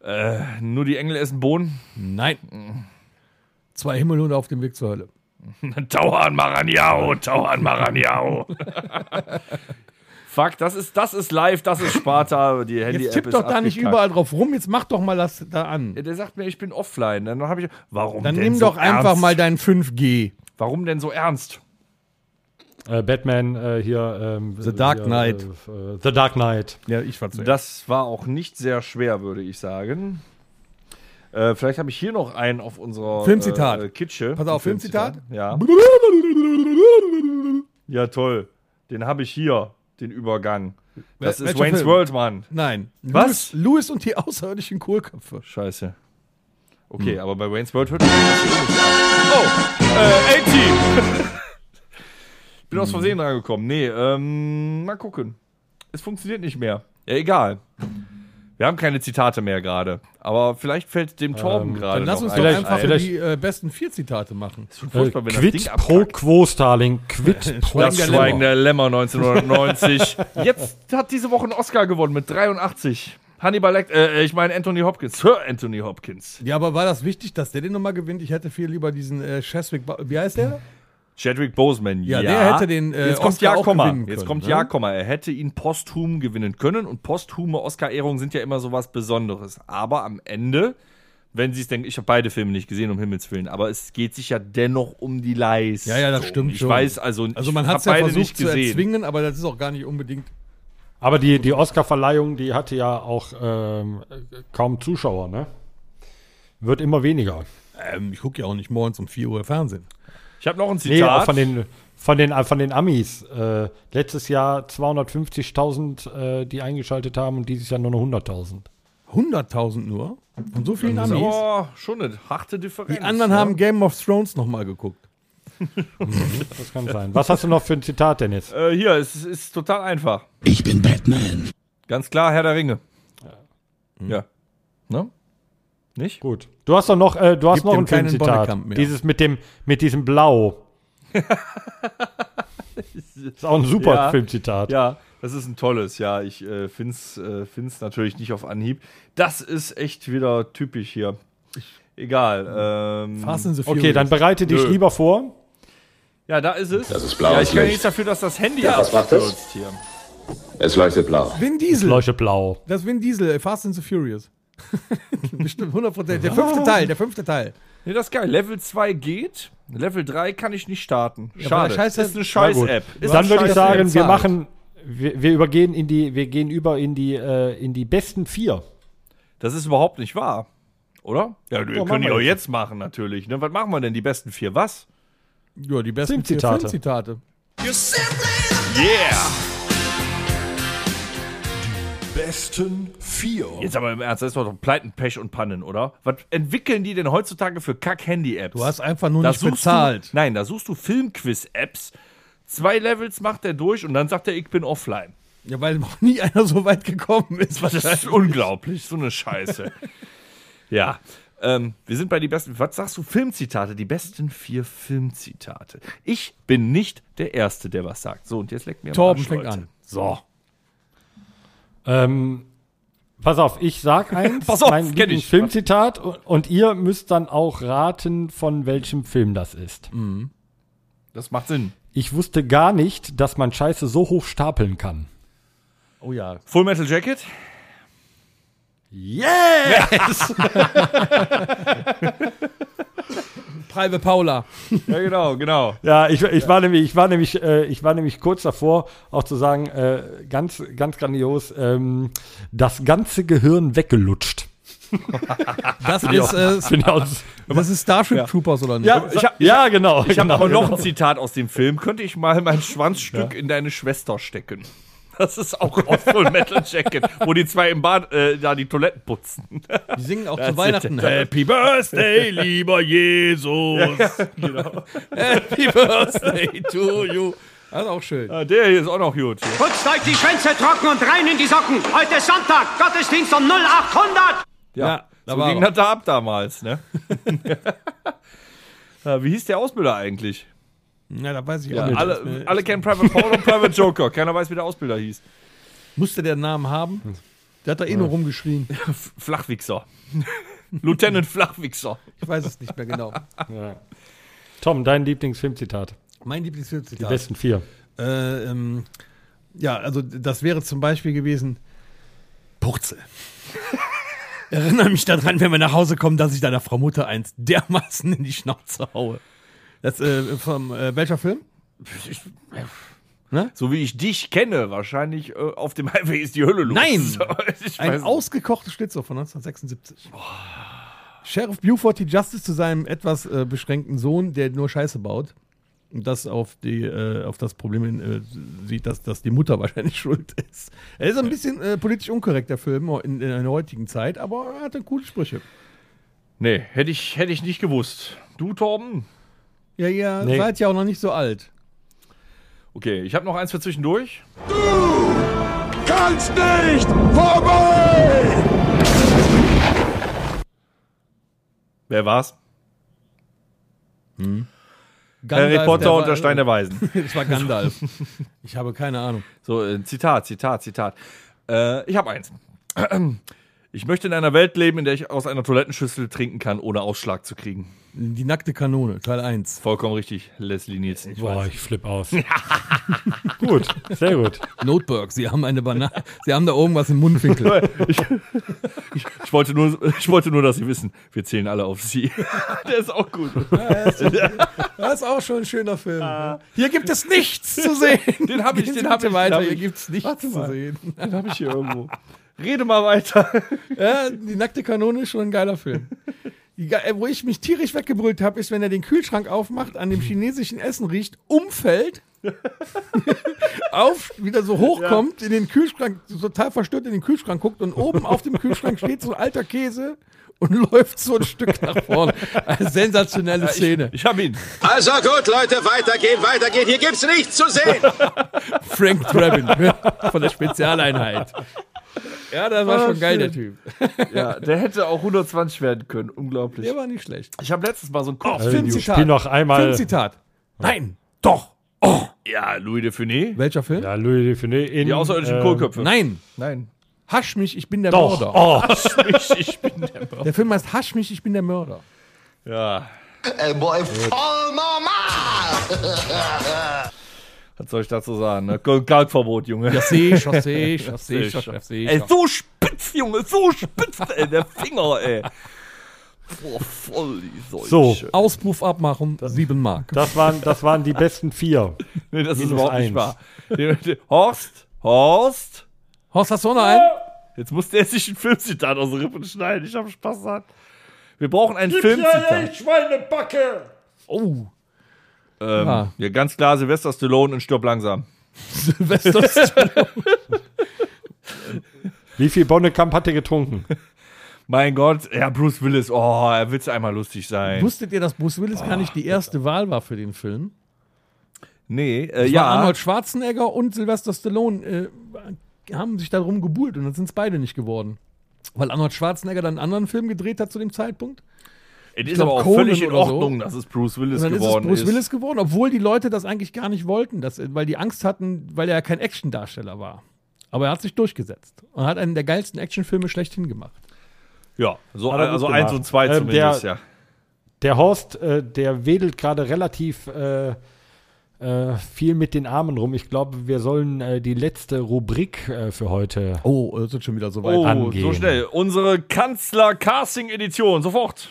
Speaker 4: Äh, nur die Engel essen Bohnen.
Speaker 2: Nein. Zwei Himmelhunde auf dem Weg zur Hölle.
Speaker 4: Tau an Maranhao, Tau an Maranhao. Fuck, das ist, das ist live, das ist Sparta. Die Handy
Speaker 2: Jetzt tipp doch da nicht überall drauf rum, jetzt mach doch mal das da
Speaker 4: Ja,
Speaker 2: an.
Speaker 4: der sagt mir, ich bin offline. Dann habe ich. Warum
Speaker 2: Dann
Speaker 4: denn
Speaker 2: nimm
Speaker 4: so
Speaker 2: doch einfach
Speaker 4: ernst?
Speaker 2: mal dein 5G.
Speaker 4: Warum denn so ernst?
Speaker 3: Äh, Batman äh, hier. Ähm,
Speaker 2: The Dark
Speaker 3: hier,
Speaker 2: Knight.
Speaker 3: Äh, äh, The Dark Knight.
Speaker 2: Ja, ich war zuerst.
Speaker 4: Das war auch nicht sehr schwer, würde ich sagen. Äh, vielleicht habe ich hier noch einen auf unserer
Speaker 2: Filmzitat.
Speaker 4: Äh, Kitsche.
Speaker 2: Pass auf,
Speaker 4: Ein
Speaker 2: Filmzitat?
Speaker 4: Ja. ja, toll. Den habe ich hier, den Übergang. Das
Speaker 2: Wel-
Speaker 4: ist
Speaker 2: welcher
Speaker 4: Wayne's
Speaker 2: Film?
Speaker 4: World, Mann.
Speaker 2: Nein.
Speaker 4: Was?
Speaker 2: Louis, Louis und die außerirdischen Kohlköpfe.
Speaker 4: Scheiße. Okay, aber bei Wayne's World hört man das hier nicht an. Oh, äh, 18. ich bin aus Versehen rangekommen. Nee, ähm, mal gucken. Es funktioniert nicht mehr. Ja, egal. Wir haben keine Zitate mehr gerade. Aber vielleicht fällt dem Torben gerade
Speaker 2: Dann lass
Speaker 4: noch
Speaker 2: uns
Speaker 4: ein.
Speaker 2: doch
Speaker 3: Vielleicht-
Speaker 2: einfach
Speaker 3: vielleicht-
Speaker 2: die äh, besten vier Zitate machen.
Speaker 4: Ist schon
Speaker 3: Äh,
Speaker 4: furchtbar, wenn das
Speaker 3: quid
Speaker 4: Ding
Speaker 3: pro
Speaker 4: abkackt.
Speaker 3: quo, Starling. Quid pro
Speaker 4: Das ne?
Speaker 2: der
Speaker 3: quo.
Speaker 4: Schweigen der Lämmer 1990. Jetzt hat diese Woche einen Oscar gewonnen mit 83. Hannibal Lecter, äh, ich meine Anthony Hopkins. Sir Anthony Hopkins.
Speaker 2: Ja, aber war das wichtig, dass der den nochmal gewinnt? Ich hätte viel lieber diesen äh, Cheswick. Ba- Wie heißt der?
Speaker 4: Chadwick Boseman,
Speaker 2: Ja, der hätte den, äh,
Speaker 4: jetzt kommt
Speaker 2: Oscar
Speaker 4: ja,
Speaker 2: auch
Speaker 4: Komma.
Speaker 2: gewinnen
Speaker 4: jetzt
Speaker 2: können,
Speaker 4: kommt
Speaker 2: ne?
Speaker 4: ja, Komma. Er hätte ihn posthum gewinnen können und posthume Oscar-Ehrungen sind ja immer sowas Besonderes. Aber am Ende, wenn sie es denken, ich habe beide Filme nicht gesehen, um Himmels Willen, aber es geht sich ja dennoch um die Leistung.
Speaker 2: Ja, ja, das stimmt
Speaker 4: Ich
Speaker 2: schon.
Speaker 4: weiß also,
Speaker 2: Also
Speaker 4: ich
Speaker 2: man hat es
Speaker 4: hab
Speaker 2: ja
Speaker 4: beide
Speaker 2: versucht
Speaker 4: nicht
Speaker 2: zu
Speaker 4: gesehen.
Speaker 2: erzwingen, aber das ist auch gar nicht unbedingt.
Speaker 3: Aber die, die Oscar-Verleihung, die hatte ja auch ähm, kaum Zuschauer, ne? Wird immer weniger.
Speaker 2: Ähm, ich gucke ja auch nicht morgens um 4 Uhr Fernsehen.
Speaker 4: Ich habe noch ein
Speaker 3: Nee, auch
Speaker 4: Zitat.
Speaker 3: von den, von den, von den Amis. Äh, letztes Jahr 250.000, äh, die eingeschaltet haben und dieses Jahr nur noch 100.000.
Speaker 2: 100.000 nur von so vielen
Speaker 4: das ist
Speaker 2: Amis.
Speaker 4: aber Oh, schon eine harte Differenz.
Speaker 2: Die anderen haben Game of Thrones nochmal geguckt.
Speaker 3: Das kann sein. Was hast du noch für ein Zitat denn jetzt?
Speaker 4: Äh, hier, es ist, ist total einfach. Ich bin Batman. Ganz klar, Herr der Ringe. Ja. Ne? Nicht?
Speaker 3: Gut. Du hast doch noch, äh, du hast
Speaker 2: Gib
Speaker 3: noch
Speaker 2: dem
Speaker 3: ein
Speaker 2: keinen
Speaker 3: Filmzitat.
Speaker 2: Bonnekamp mehr.
Speaker 3: Dieses mit dem, mit diesem Blau. ist auch ein super
Speaker 4: Ja.
Speaker 3: Filmzitat.
Speaker 4: Ja, das ist ein tolles. Ja, ich äh, finde es äh, find's natürlich nicht auf Anhieb. Das ist echt wieder typisch hier. Egal. Ähm,
Speaker 2: Fast and the Furious.
Speaker 3: Okay, dann bereite dich
Speaker 4: Nö.
Speaker 3: lieber vor.
Speaker 4: ja, da ist es. Das
Speaker 8: ist blaues
Speaker 4: Ja, ich kann
Speaker 8: Licht.
Speaker 4: nichts dafür, dass das Handy
Speaker 8: was macht das?
Speaker 4: abstürzt hier.
Speaker 8: Es leuchtet blau.
Speaker 2: Vin Diesel.
Speaker 3: Leuchte blau.
Speaker 2: Das Vin Diesel, äh, Fast and the Furious. Bestimmt 100%. Der fünfte Teil, der fünfte Teil.
Speaker 4: Nee, das ist geil. Level 2 geht. Level 3 kann ich nicht starten.
Speaker 2: aber
Speaker 4: Schade.
Speaker 2: der Scheiß
Speaker 4: ist
Speaker 2: ist-
Speaker 4: eine
Speaker 3: Na gut.
Speaker 4: Scheiß-App. Ist
Speaker 3: Dann
Speaker 4: eine
Speaker 3: würde ich
Speaker 4: Scheiß-App.
Speaker 3: sagen, wir
Speaker 2: bezahlt.
Speaker 3: machen, wir, wir übergehen in die, wir gehen über in die, äh, in die besten vier.
Speaker 4: Das ist überhaupt nicht wahr. Oder? Ja,
Speaker 2: Oh,
Speaker 4: wir
Speaker 3: machen
Speaker 4: können die
Speaker 3: wir
Speaker 4: auch jetzt machen, natürlich. Ne? Was machen wir denn? Die besten vier was?
Speaker 2: Ja, die besten vier
Speaker 3: Filmzitate.
Speaker 2: Filmzitate.
Speaker 4: Yeah!
Speaker 3: Besten vier.
Speaker 4: Jetzt aber im Ernst, das ist doch Pleiten, Pech und Pannen, oder? Was entwickeln die denn heutzutage für Kack-Handy-Apps?
Speaker 2: Du hast einfach nur
Speaker 4: da
Speaker 2: nicht
Speaker 4: suchst
Speaker 2: bezahlt.
Speaker 4: Du, nein, da suchst du Filmquiz-Apps. Zwei Levels macht er durch und dann sagt er, ich bin offline.
Speaker 2: Ja, weil noch nie einer so weit gekommen ist.
Speaker 4: Das ist unglaublich, so eine Scheiße. ja. Ähm, wir sind bei die besten, was sagst du, Filmzitate, die besten vier Filmzitate. Ich bin nicht der Erste, der was sagt. So, und jetzt leckt mir am
Speaker 2: Torben
Speaker 4: Arsch,
Speaker 2: fängt
Speaker 4: Leute.
Speaker 2: an.
Speaker 4: So.
Speaker 3: Ähm, pass auf, ich sag eins,
Speaker 4: Pass auf,
Speaker 3: mein
Speaker 4: kenn ich.
Speaker 3: Filmzitat und ihr müsst dann auch raten, von welchem Film das ist.
Speaker 4: Das macht Sinn.
Speaker 5: Ich wusste gar nicht, dass man Scheiße so hoch stapeln kann.
Speaker 3: Oh ja.
Speaker 4: Full Metal Jacket?
Speaker 2: Private Paula.
Speaker 4: Ja, genau, genau.
Speaker 5: Ja, ich, ich war nämlich, ich war nämlich, äh, ich war nämlich kurz davor, auch zu sagen, äh, ganz, ganz grandios, ähm, das ganze Gehirn weggelutscht.
Speaker 2: Das ist, äh,
Speaker 5: Genau.
Speaker 2: das ist Starship Troopers oder nicht?
Speaker 5: ich hab, ja, genau.
Speaker 4: Ich habe
Speaker 5: genau,
Speaker 4: aber noch
Speaker 5: genau.
Speaker 4: ein Zitat aus dem Film. Könnte ich mal mein Schwanzstück in deine Schwester stecken? Das ist auch aus Full Metal Jacket, wo die zwei im Bad äh, da die Toiletten putzen.
Speaker 2: Die singen auch zu Weihnachten.
Speaker 4: Happy Birthday, lieber Jesus.
Speaker 2: Happy Birthday to you. Das ist auch schön.
Speaker 4: Ah, der hier ist auch noch gut.
Speaker 9: Putzt euch die Schwänze trocken und rein in die Socken. Heute ist Sonntag, Gottesdienst um 0800.
Speaker 4: Ja,
Speaker 2: da
Speaker 4: so
Speaker 2: war
Speaker 4: ging
Speaker 2: er.
Speaker 4: das da ab damals, ne? Ja, Wie hieß der Ausbilder eigentlich?
Speaker 2: Ja, da weiß ich
Speaker 4: Ja,
Speaker 2: auch nicht.
Speaker 4: alle, alle kennen Private Paul und Private Joker. Keiner weiß, wie der Ausbilder hieß.
Speaker 2: Musste der einen Namen haben? Der hat da eh nur rumgeschrien.
Speaker 4: F- Flachwichser. Lieutenant Flachwichser.
Speaker 2: Ich weiß es nicht mehr genau.
Speaker 5: Tom, dein Lieblingsfilmzitat.
Speaker 2: Mein Lieblingsfilmzitat.
Speaker 5: Die besten vier.
Speaker 2: Äh, ähm, ja, also das wäre zum Beispiel gewesen Purzel. Erinnere mich daran, wenn wir nach Hause kommen, dass ich deiner Frau Mutter eins dermaßen in die Schnauze haue. Das äh, vom äh, welcher Film?
Speaker 4: äh,
Speaker 2: Ne?
Speaker 4: So wie ich dich kenne, wahrscheinlich äh, auf dem Highway ist die Hölle los.
Speaker 2: Nein!
Speaker 4: So, ich
Speaker 2: Ein
Speaker 4: weiß
Speaker 2: ausgekochtes Schnitzel von 1976. Sheriff Buford die Justice zu seinem etwas äh, beschränkten Sohn, der nur Scheiße baut. Und das auf, die, äh, auf das Problem hin, äh, sieht, dass, dass die Mutter wahrscheinlich schuld ist. Er ist ein bisschen äh, politisch unkorrekt, der Film, in, in der heutigen Zeit, aber er hatte coole Sprüche.
Speaker 4: Nee, hätte ich, hätte ich nicht gewusst. Du, Torben?
Speaker 2: Ja, ihr
Speaker 5: Nee.
Speaker 2: seid ja auch noch nicht so alt.
Speaker 4: Okay, ich habe noch eins für zwischendurch.
Speaker 1: Kannst nicht vorbei!
Speaker 4: Wer war's?
Speaker 2: Gandalf,
Speaker 4: Harry Potter
Speaker 2: der
Speaker 4: und der
Speaker 2: war- äh,
Speaker 4: Stein der Weisen.
Speaker 2: Das war Gandalf. Ich habe keine Ahnung.
Speaker 4: So, äh, Zitat, Zitat, Zitat. Äh, ich habe eins. Ich möchte in einer Welt leben, in der ich aus einer Toilettenschüssel trinken kann, ohne Ausschlag zu kriegen.
Speaker 2: Die nackte Kanone, Teil 1.
Speaker 4: Vollkommen richtig, Leslie Nielsen.
Speaker 5: Boah, ich flipp aus. gut, sehr gut.
Speaker 2: Notebook, sie haben eine Banane. Sie haben da oben was im Mundwinkel.
Speaker 4: Ich wollte, nur, ich wollte nur, dass Sie wissen, wir zählen alle auf Sie. Der ist auch gut.
Speaker 2: Das ist auch schon ein schöner Film. ne? Hier gibt es nichts zu sehen.
Speaker 4: Ah. Den hab ich,
Speaker 2: Gehen
Speaker 4: den
Speaker 2: Sie
Speaker 4: hab
Speaker 2: bitte
Speaker 4: ich,
Speaker 2: weiter.
Speaker 4: den hab
Speaker 2: Hier
Speaker 4: ich.
Speaker 2: gibt es nichts zu sehen.
Speaker 4: Den habe ich hier irgendwo. Rede mal weiter.
Speaker 2: Ja, die nackte Kanone ist schon ein geiler Film. Die ge- äh, Wo ich mich tierisch weggebrüllt habe, ist, wenn er den Kühlschrank aufmacht, an dem chinesischen Essen riecht, umfällt, auf, wieder so hochkommt, in den Kühlschrank, so total verstört in den Kühlschrank guckt und oben auf dem Kühlschrank steht so ein alter Käse und läuft so ein Stück nach vorne. Eine sensationelle Szene.
Speaker 4: Ich habe ihn.
Speaker 6: Also gut, Leute, weitergehen, weitergehen. Hier gibt's nichts zu sehen.
Speaker 2: Frank Drabin von der Spezialeinheit. Ja, das war schon geil, der Typ.
Speaker 4: Ja, der hätte auch 120 werden können. Unglaublich.
Speaker 2: Der war nicht schlecht.
Speaker 4: Ich habe letztes Mal so einen Kopf.
Speaker 2: Filmzitat.
Speaker 5: Spiel noch einmal.
Speaker 2: Filmzitat. Nein, doch.
Speaker 4: Ja, Louis de Funès.
Speaker 2: Welcher Film?
Speaker 5: Ja, Louis Define in.
Speaker 4: Die außerirdischen
Speaker 5: ähm,
Speaker 4: Kohlköpfe.
Speaker 2: Nein,
Speaker 4: Hm, äh, Nein.
Speaker 2: Hasch mich, ich bin der
Speaker 5: Doch.
Speaker 2: Mörder.
Speaker 5: Oh,
Speaker 4: Ich, ich bin der.
Speaker 2: Der Film heißt Hasch mich, ich bin der Mörder.
Speaker 4: Ja. Äh.
Speaker 6: Ey, boy, voll normal.
Speaker 4: Was soll ich dazu sagen? Ne? Kalkverbot, Junge.
Speaker 2: Chaussee, Chaussee, Chaussee,
Speaker 4: Chaussee,
Speaker 2: Chaussee.
Speaker 4: Ey, so spitz, Junge, so spitz, ey, der Finger, ey. Boah, voll die Seuche.
Speaker 5: So.
Speaker 2: Auspuff abmachen, sieben Mark.
Speaker 5: das waren, das waren die besten vier.
Speaker 4: Nee, das ist
Speaker 5: Minus
Speaker 4: überhaupt
Speaker 5: eins.
Speaker 4: nicht wahr. Der- der- Horst, Horst,
Speaker 2: Horst, hast du auch noch einen?
Speaker 4: jetzt muss der sich ein Filmzitat aus den Rippen schneiden. Ich habe Spaß daran. Wir brauchen ein Filmzitat.
Speaker 2: Oh,
Speaker 4: Ähm,
Speaker 2: Ja.
Speaker 4: ja. ganz klar, Sylvester Stallone und stirb langsam.
Speaker 2: Sylvester Stallone.
Speaker 5: Wie viel Bonnekamp hat er getrunken?
Speaker 4: Mein Gott, ja, Bruce Willis, oh, er will's einmal lustig sein.
Speaker 2: Wusstet ihr, dass Bruce Willis gar nicht die erste Wahl war für den Film?
Speaker 4: nee,
Speaker 2: Ja.
Speaker 4: äh,
Speaker 2: War
Speaker 4: ja,
Speaker 2: Arnold Schwarzenegger und Sylvester Stallone äh, haben sich darum gebuhlt und dann sind es beide nicht geworden. Weil Arnold Schwarzenegger dann einen anderen Film gedreht hat zu dem Zeitpunkt.
Speaker 4: es ist
Speaker 2: glaub,
Speaker 4: aber auch
Speaker 2: Conan
Speaker 4: völlig in
Speaker 2: oder so.
Speaker 4: Ordnung, dass es Bruce Willis
Speaker 2: Und dann ist es
Speaker 4: geworden
Speaker 2: Bruce Willis geworden, obwohl die Leute das eigentlich gar nicht wollten, dass, weil die Angst hatten, weil er ja kein Action-Darsteller war. Aber er hat sich durchgesetzt und hat einen der geilsten Actionfilme schlechthin gemacht.
Speaker 4: Ja, so,
Speaker 5: Hat er gut
Speaker 4: also eins
Speaker 5: gemacht.
Speaker 4: und zwei
Speaker 5: Ähm,
Speaker 4: zumindest,
Speaker 5: der-
Speaker 4: ja.
Speaker 5: Der Horst, äh, der wedelt gerade relativ äh,
Speaker 3: äh, viel mit den Armen rum. Ich glaube, wir sollen äh, die letzte Rubrik äh, für heute.
Speaker 2: Oh, es ist schon wieder so weit.
Speaker 4: Oh,
Speaker 3: angehen.
Speaker 4: so schnell. Unsere Kanzler-Casting-Edition, sofort.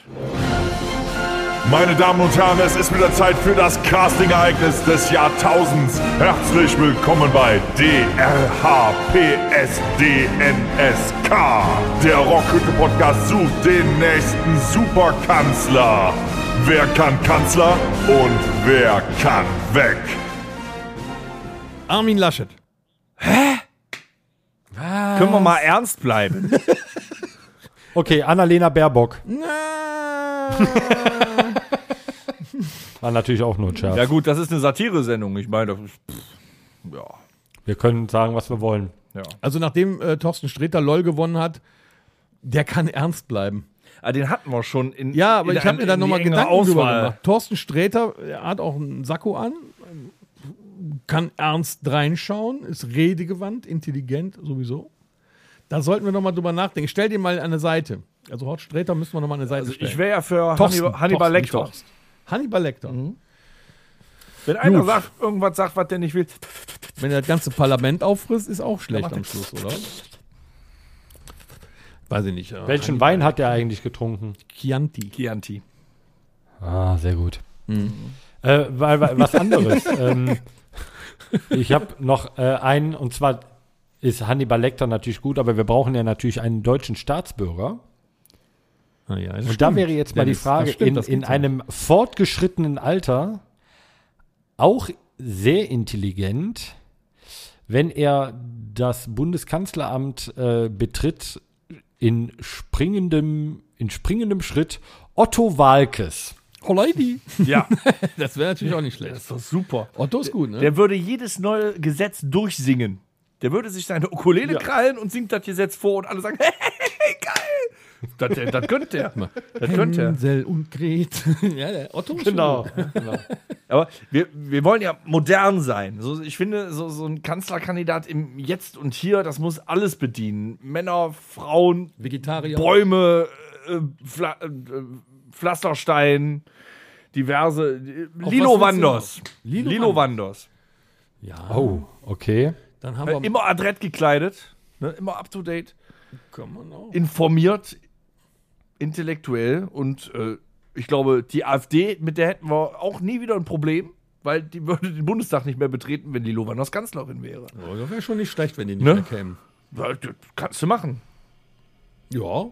Speaker 1: Meine Damen und Herren, es ist wieder Zeit für das Casting-Ereignis des Jahrtausends. Herzlich willkommen bei DRHPSDNSK. Der Rockhütte-Podcast sucht den nächsten Superkanzler. Wer kann Kanzler und wer kann weg?
Speaker 2: Armin Laschet.
Speaker 4: Können wir mal ernst bleiben?
Speaker 3: Okay, Annalena Baerbock. War natürlich auch nur ein Scherz.
Speaker 4: ja gut, das ist eine Satire-Sendung. Ich meine, das ist- pff, ja.
Speaker 3: Wir können sagen, was wir wollen.
Speaker 2: Also nachdem äh, Thorsten Sträter LOL gewonnen hat, der kann ernst bleiben.
Speaker 4: Ah, den hatten wir schon in
Speaker 2: Ja, aber
Speaker 4: in
Speaker 2: ich habe
Speaker 4: einem-
Speaker 2: mir da
Speaker 4: in
Speaker 2: nochmal
Speaker 4: enger
Speaker 2: Gedanken drüber
Speaker 4: Auswahl.
Speaker 2: gemacht. Thorsten Sträter er hat auch einen Sakko an, kann ernst reinschauen, ist redegewandt, intelligent sowieso. Da sollten wir nochmal drüber nachdenken. Ich Stell dir mal an eine Seite. Also Horst Sträter müssen wir nochmal an eine Seite
Speaker 4: Also Ich
Speaker 2: stellen.
Speaker 4: wäre ja für
Speaker 2: Thorsten,
Speaker 4: Hannibal, Hannibal
Speaker 2: Thorsten,
Speaker 4: Lecter. Mhm.
Speaker 2: nicht Horst. Hannibal Lecter.
Speaker 4: Wenn einer sagt, irgendwas sagt, was der nicht will,
Speaker 2: Wenn er das ganze Parlament auffrisst, ist auch schlecht am Schluss, oder? Weiß ich nicht. äh,
Speaker 3: Welchen Wein hat er eigentlich getrunken?
Speaker 2: Chianti.
Speaker 4: Chianti.
Speaker 3: Ah, sehr gut. Äh, weil, weil, was anderes. ähm, ich habe noch äh, einen, und zwar ist Hannibal Lecter natürlich gut, aber wir brauchen ja natürlich einen deutschen Staatsbürger.
Speaker 2: Ah, ja, das
Speaker 3: Und da
Speaker 2: stimmt,
Speaker 3: wäre jetzt mal die
Speaker 2: Dennis. Das
Speaker 3: Frage,
Speaker 2: stimmt,
Speaker 3: in,
Speaker 2: das
Speaker 3: in
Speaker 2: gibt's
Speaker 3: einem fortgeschrittenen Alter, auch sehr intelligent, wenn er das Bundeskanzleramt äh, betritt, in springendem, in springendem Schritt Otto Walkes.
Speaker 2: auch. Oh, Leute.
Speaker 4: Ja,
Speaker 2: Das wäre natürlich auch nicht schlecht.
Speaker 4: das ist super.
Speaker 2: Otto ist gut, ne?
Speaker 4: Der würde jedes neue Gesetz durchsingen. Der würde sich seine Ukulele krallen und singt das Gesetz vor und alle sagen, hey, geil. Das, der- das könnte er. Das könnte er.
Speaker 2: Hänsel und Gretel. ja, der Otto ist
Speaker 3: Genau.
Speaker 2: gut.
Speaker 4: Aber wir, wir wollen ja modern sein. So, ich finde, so, so ein Kanzlerkandidat im Jetzt und Hier, das muss alles bedienen. Männer, Frauen,
Speaker 2: Vegetarier.
Speaker 4: Bäume, äh, Pfla äh, Pflasterstein, diverse. Lino
Speaker 2: willst du
Speaker 4: Wanders.
Speaker 2: Lilo
Speaker 4: Lilo, Wanders.
Speaker 2: Ja,
Speaker 3: Oh, okay.
Speaker 2: dann haben wir
Speaker 4: Immer adrett gekleidet, ne? immer up to date,
Speaker 2: kann man auch.
Speaker 4: informiert, intellektuell und äh, ich glaube, die AfD, mit der hätten wir auch nie wieder ein Problem. Weil die würde den Bundestag nicht mehr betreten, wenn Lilo Wanders Kanzlerin wäre.
Speaker 2: Oh, das wäre schon nicht schlecht, wenn die nicht
Speaker 4: Ne?
Speaker 2: mehr kämen.
Speaker 4: Ja, Das kannst du machen.
Speaker 2: Ja.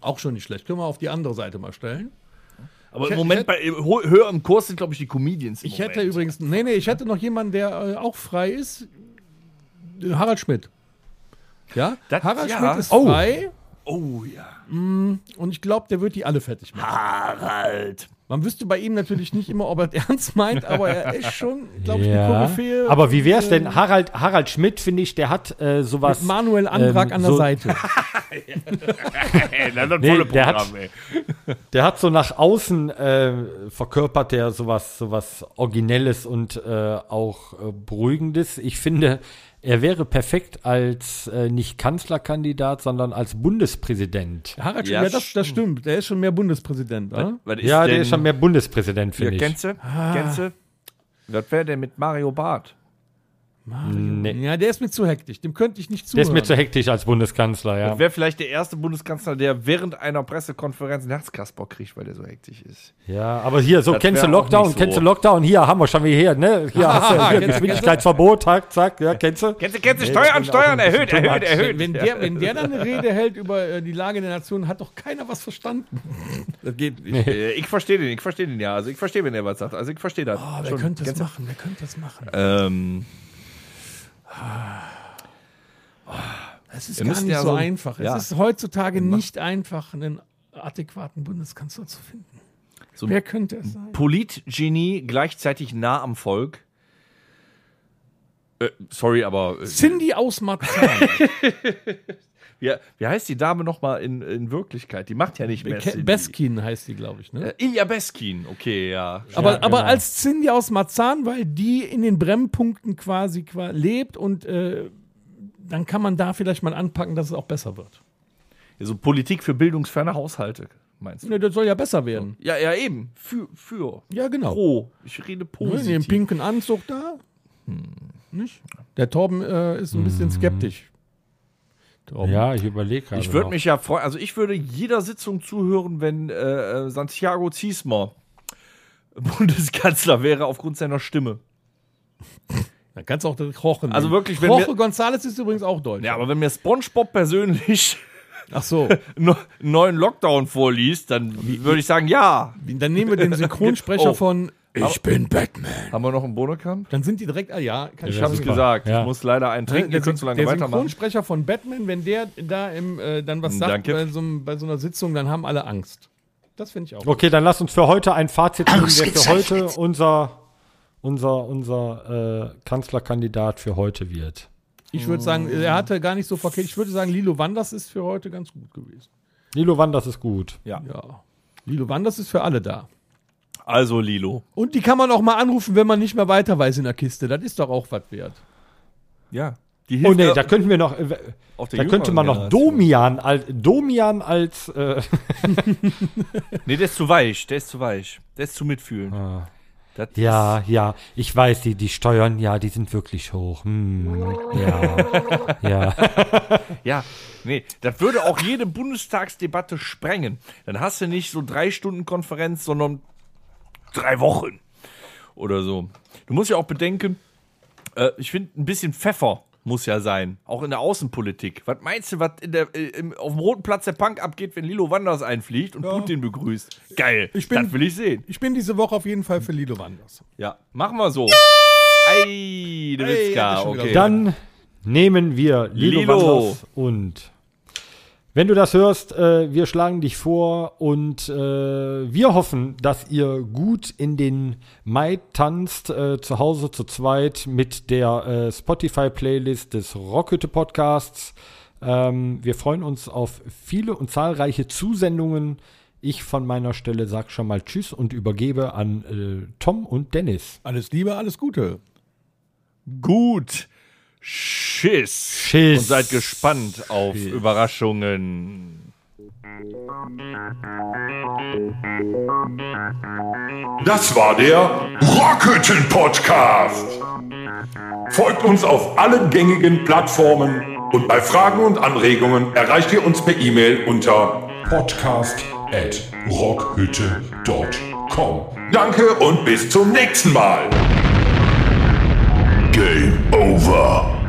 Speaker 2: Auch schon nicht schlecht. Können wir auf die andere Seite mal stellen.
Speaker 4: Aber
Speaker 2: Ich
Speaker 4: im
Speaker 2: hä-
Speaker 4: Moment,
Speaker 2: ich
Speaker 4: bei, ho- höher im Kurs sind, glaube ich, die Comedians. Im
Speaker 2: Ich hätte
Speaker 4: Moment.
Speaker 2: übrigens, nee, nee, ich hätte noch jemanden, der äh, auch frei ist. Äh, Harald Schmidt. Ja?
Speaker 4: Das-
Speaker 2: Harald
Speaker 4: ja.
Speaker 2: Schmidt ist
Speaker 4: Oh.
Speaker 2: frei Mm,
Speaker 4: Oh ja.
Speaker 2: und ich glaube, der wird die alle fertig machen.
Speaker 4: Harald.
Speaker 2: Man wüsste bei ihm natürlich nicht immer, ob er es ernst meint, aber er ist schon, glaube ich, eine
Speaker 3: Ja.
Speaker 2: Koryphäe.
Speaker 3: Aber wie wäre es denn? Harald, Harald Schmidt, finde ich, der hat äh, sowas.
Speaker 2: äh, mit Manuel Antrag
Speaker 3: ähm,
Speaker 2: an der
Speaker 3: so-
Speaker 2: Seite.
Speaker 4: Ey, das ist ein
Speaker 3: Nee,
Speaker 4: volles
Speaker 3: der hat-
Speaker 4: Programm, ey.
Speaker 3: Der hat so nach außen äh, verkörpert der sowas, sowas Originelles und äh, auch äh, Beruhigendes. Ich finde, er wäre perfekt als äh, nicht Kanzlerkandidat, sondern als Bundespräsident.
Speaker 2: Harald Schmidt,
Speaker 4: Ja,
Speaker 2: ja, das, das stimmt. Der ist schon mehr Bundespräsident. oder?
Speaker 4: Was ist
Speaker 3: ja,
Speaker 4: denn-
Speaker 3: der ist schon mehr Bundespräsident,
Speaker 4: Ja,
Speaker 3: finde ich.
Speaker 4: kennst du? Kennst du? Was wäre denn mit Mario Barth?
Speaker 3: Nee.
Speaker 2: Hm. Ja, der ist mir zu hektisch. Dem könnte ich nicht
Speaker 3: Der
Speaker 2: zuhören.
Speaker 3: ist mir zu hektisch als Bundeskanzler, ja.
Speaker 4: Das wäre vielleicht der erste Bundeskanzler, der während einer Pressekonferenz einen Herzkasper kriegt, weil der so hektisch ist.
Speaker 3: Ja, aber hier, so,
Speaker 4: Das
Speaker 3: kennst du
Speaker 4: wär auch
Speaker 3: Lockdown,
Speaker 4: nicht so.
Speaker 3: kennst du Lockdown, hier haben wir schon wieder hier, ne? Hier hast du hier, Geschwindigkeitsverbot, zack, zack, ja, kennst du?
Speaker 4: Kennst du, kennst du? Steuern, Steuern, erhöht, erhöht, erhöht.
Speaker 2: wenn, der, wenn der dann eine Rede hält über äh, die Lage der Nation, hat doch keiner was verstanden.
Speaker 4: Das geht nicht. Äh, Ich verstehe den, ich verstehe den ja. Also ich verstehe, wenn er was sagt. Also ich verstehe das.
Speaker 2: Oh, wer
Speaker 4: Schon.
Speaker 2: könnte das
Speaker 4: Kennst du?
Speaker 2: machen? Wer könnte das machen?
Speaker 4: Ähm,
Speaker 2: Das ist
Speaker 4: wir
Speaker 2: gar
Speaker 4: müssen
Speaker 2: nicht
Speaker 4: ja
Speaker 2: so,
Speaker 4: so-
Speaker 2: einfach.
Speaker 4: ja.
Speaker 2: Es ist heutzutage nicht einfach, einen adäquaten Bundeskanzler zu finden.
Speaker 4: So-
Speaker 2: wer könnte es sein?
Speaker 4: Politgenie gleichzeitig nah am Volk. Äh, sorry, aber. Äh,
Speaker 2: Cindy aus Marzahn.
Speaker 4: wie, wie heißt die Dame nochmal in, in Wirklichkeit? Die macht ja nicht mehr.
Speaker 2: Ke-
Speaker 4: Cindy.
Speaker 2: Beskin heißt die, glaube ich. Ne?
Speaker 4: Äh, Ilja Beskin, okay, ja.
Speaker 2: Aber,
Speaker 3: Ja,
Speaker 2: aber
Speaker 3: genau.
Speaker 2: als Cindy aus Marzahn, weil die in den Brennpunkten quasi, qua- lebt und äh, dann kann man da vielleicht mal anpacken, dass es auch besser wird.
Speaker 4: Also Politik für bildungsferne Haushalte. meinst du?
Speaker 2: Ne, das soll ja besser werden.
Speaker 4: Ja, ja, eben. Für, für.
Speaker 2: Ja, genau.
Speaker 4: Pro. Ich rede
Speaker 2: Ne, in dem
Speaker 4: positiv. Hm.
Speaker 2: pinken Anzug da. Nicht? Der Torben äh, ist ein bisschen skeptisch. Torben.
Speaker 5: Ja, ich überlege gerade.
Speaker 4: Ich würde
Speaker 3: Genau.
Speaker 5: noch.
Speaker 4: mich ja freuen, also ich würde jeder Sitzung zuhören, wenn äh, äh, Santiago Ziesmer Bundeskanzler wäre aufgrund seiner Stimme.
Speaker 2: Dann kannst du auch den Rochen.
Speaker 4: Also
Speaker 2: nehmen.
Speaker 4: wirklich, wenn
Speaker 2: Roche
Speaker 4: wir-
Speaker 2: González ist übrigens auch deutsch.
Speaker 4: Ja, aber wenn mir SpongeBob persönlich
Speaker 2: Ach so.
Speaker 4: einen neuen Lockdown vorliest, dann würde ich sagen, ja.
Speaker 2: Dann nehmen wir den Synchronsprecher
Speaker 4: Oh.
Speaker 2: von Ich bin Batman.
Speaker 4: Haben wir noch einen Bonekamp?
Speaker 2: Dann sind die direkt, ah ja, kann
Speaker 4: Ich habe es gesagt.
Speaker 5: Ja.
Speaker 4: Ich muss leider einen trinken.
Speaker 2: Ne, Der,
Speaker 4: Ihr könnt so lange
Speaker 2: der
Speaker 4: weitermachen.
Speaker 2: Synchronsprecher von Batman, wenn der da im, äh, dann was sagt
Speaker 4: Danke.
Speaker 2: bei so, einem- bei so einer Sitzung, dann haben alle Angst. Das finde ich auch.
Speaker 3: Okay, dann lass uns für heute ein Fazit ziehen, wer für
Speaker 6: Ausgezeichnet.
Speaker 3: heute unser, unser, unser äh, Kanzlerkandidat für heute wird.
Speaker 2: Ich
Speaker 4: Oh.
Speaker 2: würde sagen, er hatte gar nicht so verkehrt. Ich würde sagen, Lilo Wanders ist für heute ganz gut gewesen.
Speaker 3: Lilo Wanders ist gut.
Speaker 2: Ja. Lilo Wanders ist für alle da.
Speaker 4: Also Lilo.
Speaker 2: Und die kann man auch mal anrufen, wenn man nicht mehr weiter weiß in der Kiste. Das ist doch auch was wert.
Speaker 4: Ja. Die
Speaker 3: Oh
Speaker 4: hilft
Speaker 3: nee,
Speaker 4: ja
Speaker 3: da könnten wir noch, äh,
Speaker 4: auf der
Speaker 3: da könnte
Speaker 4: jüngeren
Speaker 3: man noch
Speaker 5: ne?
Speaker 4: Generation.
Speaker 3: Domian als, Domian als, äh,
Speaker 4: Nee, der ist zu weich. Der ist zu weich. Der ist zu mitfühlen. Das ist-
Speaker 5: Ja, ja, ich weiß, die, die Steuern, ja, die sind wirklich hoch. Hm, ja, ja.
Speaker 4: Ja, nee, das würde auch jede Bundestagsdebatte sprengen. Dann hast du nicht so drei Stunden Konferenz, sondern drei Wochen oder so. Du musst ja auch bedenken, äh, ich finde, ein bisschen Pfeffer muss ja sein, auch in der Außenpolitik. Was meinst du, was in der, äh, im, auf dem roten Platz der Punk abgeht, wenn Lilo Wanders einfliegt und Putin begrüßt? Geil,
Speaker 2: Ich bin-
Speaker 4: das will ich sehen.
Speaker 2: Ich bin diese Woche auf jeden Fall für Lilo Wanders.
Speaker 4: Ja, machen wir so. Ei, der
Speaker 2: Ei, hat er
Speaker 4: Witzka,
Speaker 2: schon wieder
Speaker 4: okay.
Speaker 3: dann nehmen wir Lilo,
Speaker 4: Lilo.
Speaker 3: Wanders und wenn du das hörst, äh, wir schlagen dich vor und äh, wir hoffen, dass ihr gut in den Mai tanzt, äh, zu Hause zu zweit mit der äh, Spotify-Playlist des Rockete Podcasts. Ähm, wir freuen uns auf viele und zahlreiche Zusendungen. Ich von meiner Stelle sage schon mal Tschüss und übergebe an äh, Tom und Dennis.
Speaker 2: Alles Liebe, alles Gute.
Speaker 4: gut. Schiss.
Speaker 3: Schiss.
Speaker 4: Und seid gespannt auf Überraschungen.
Speaker 1: Das war der Rockhütten Podcast. Folgt uns auf allen gängigen Plattformen und bei Fragen und Anregungen erreicht ihr uns per E-Mail unter podcast at rockhütte.com. Danke und bis zum nächsten Mal. Game over.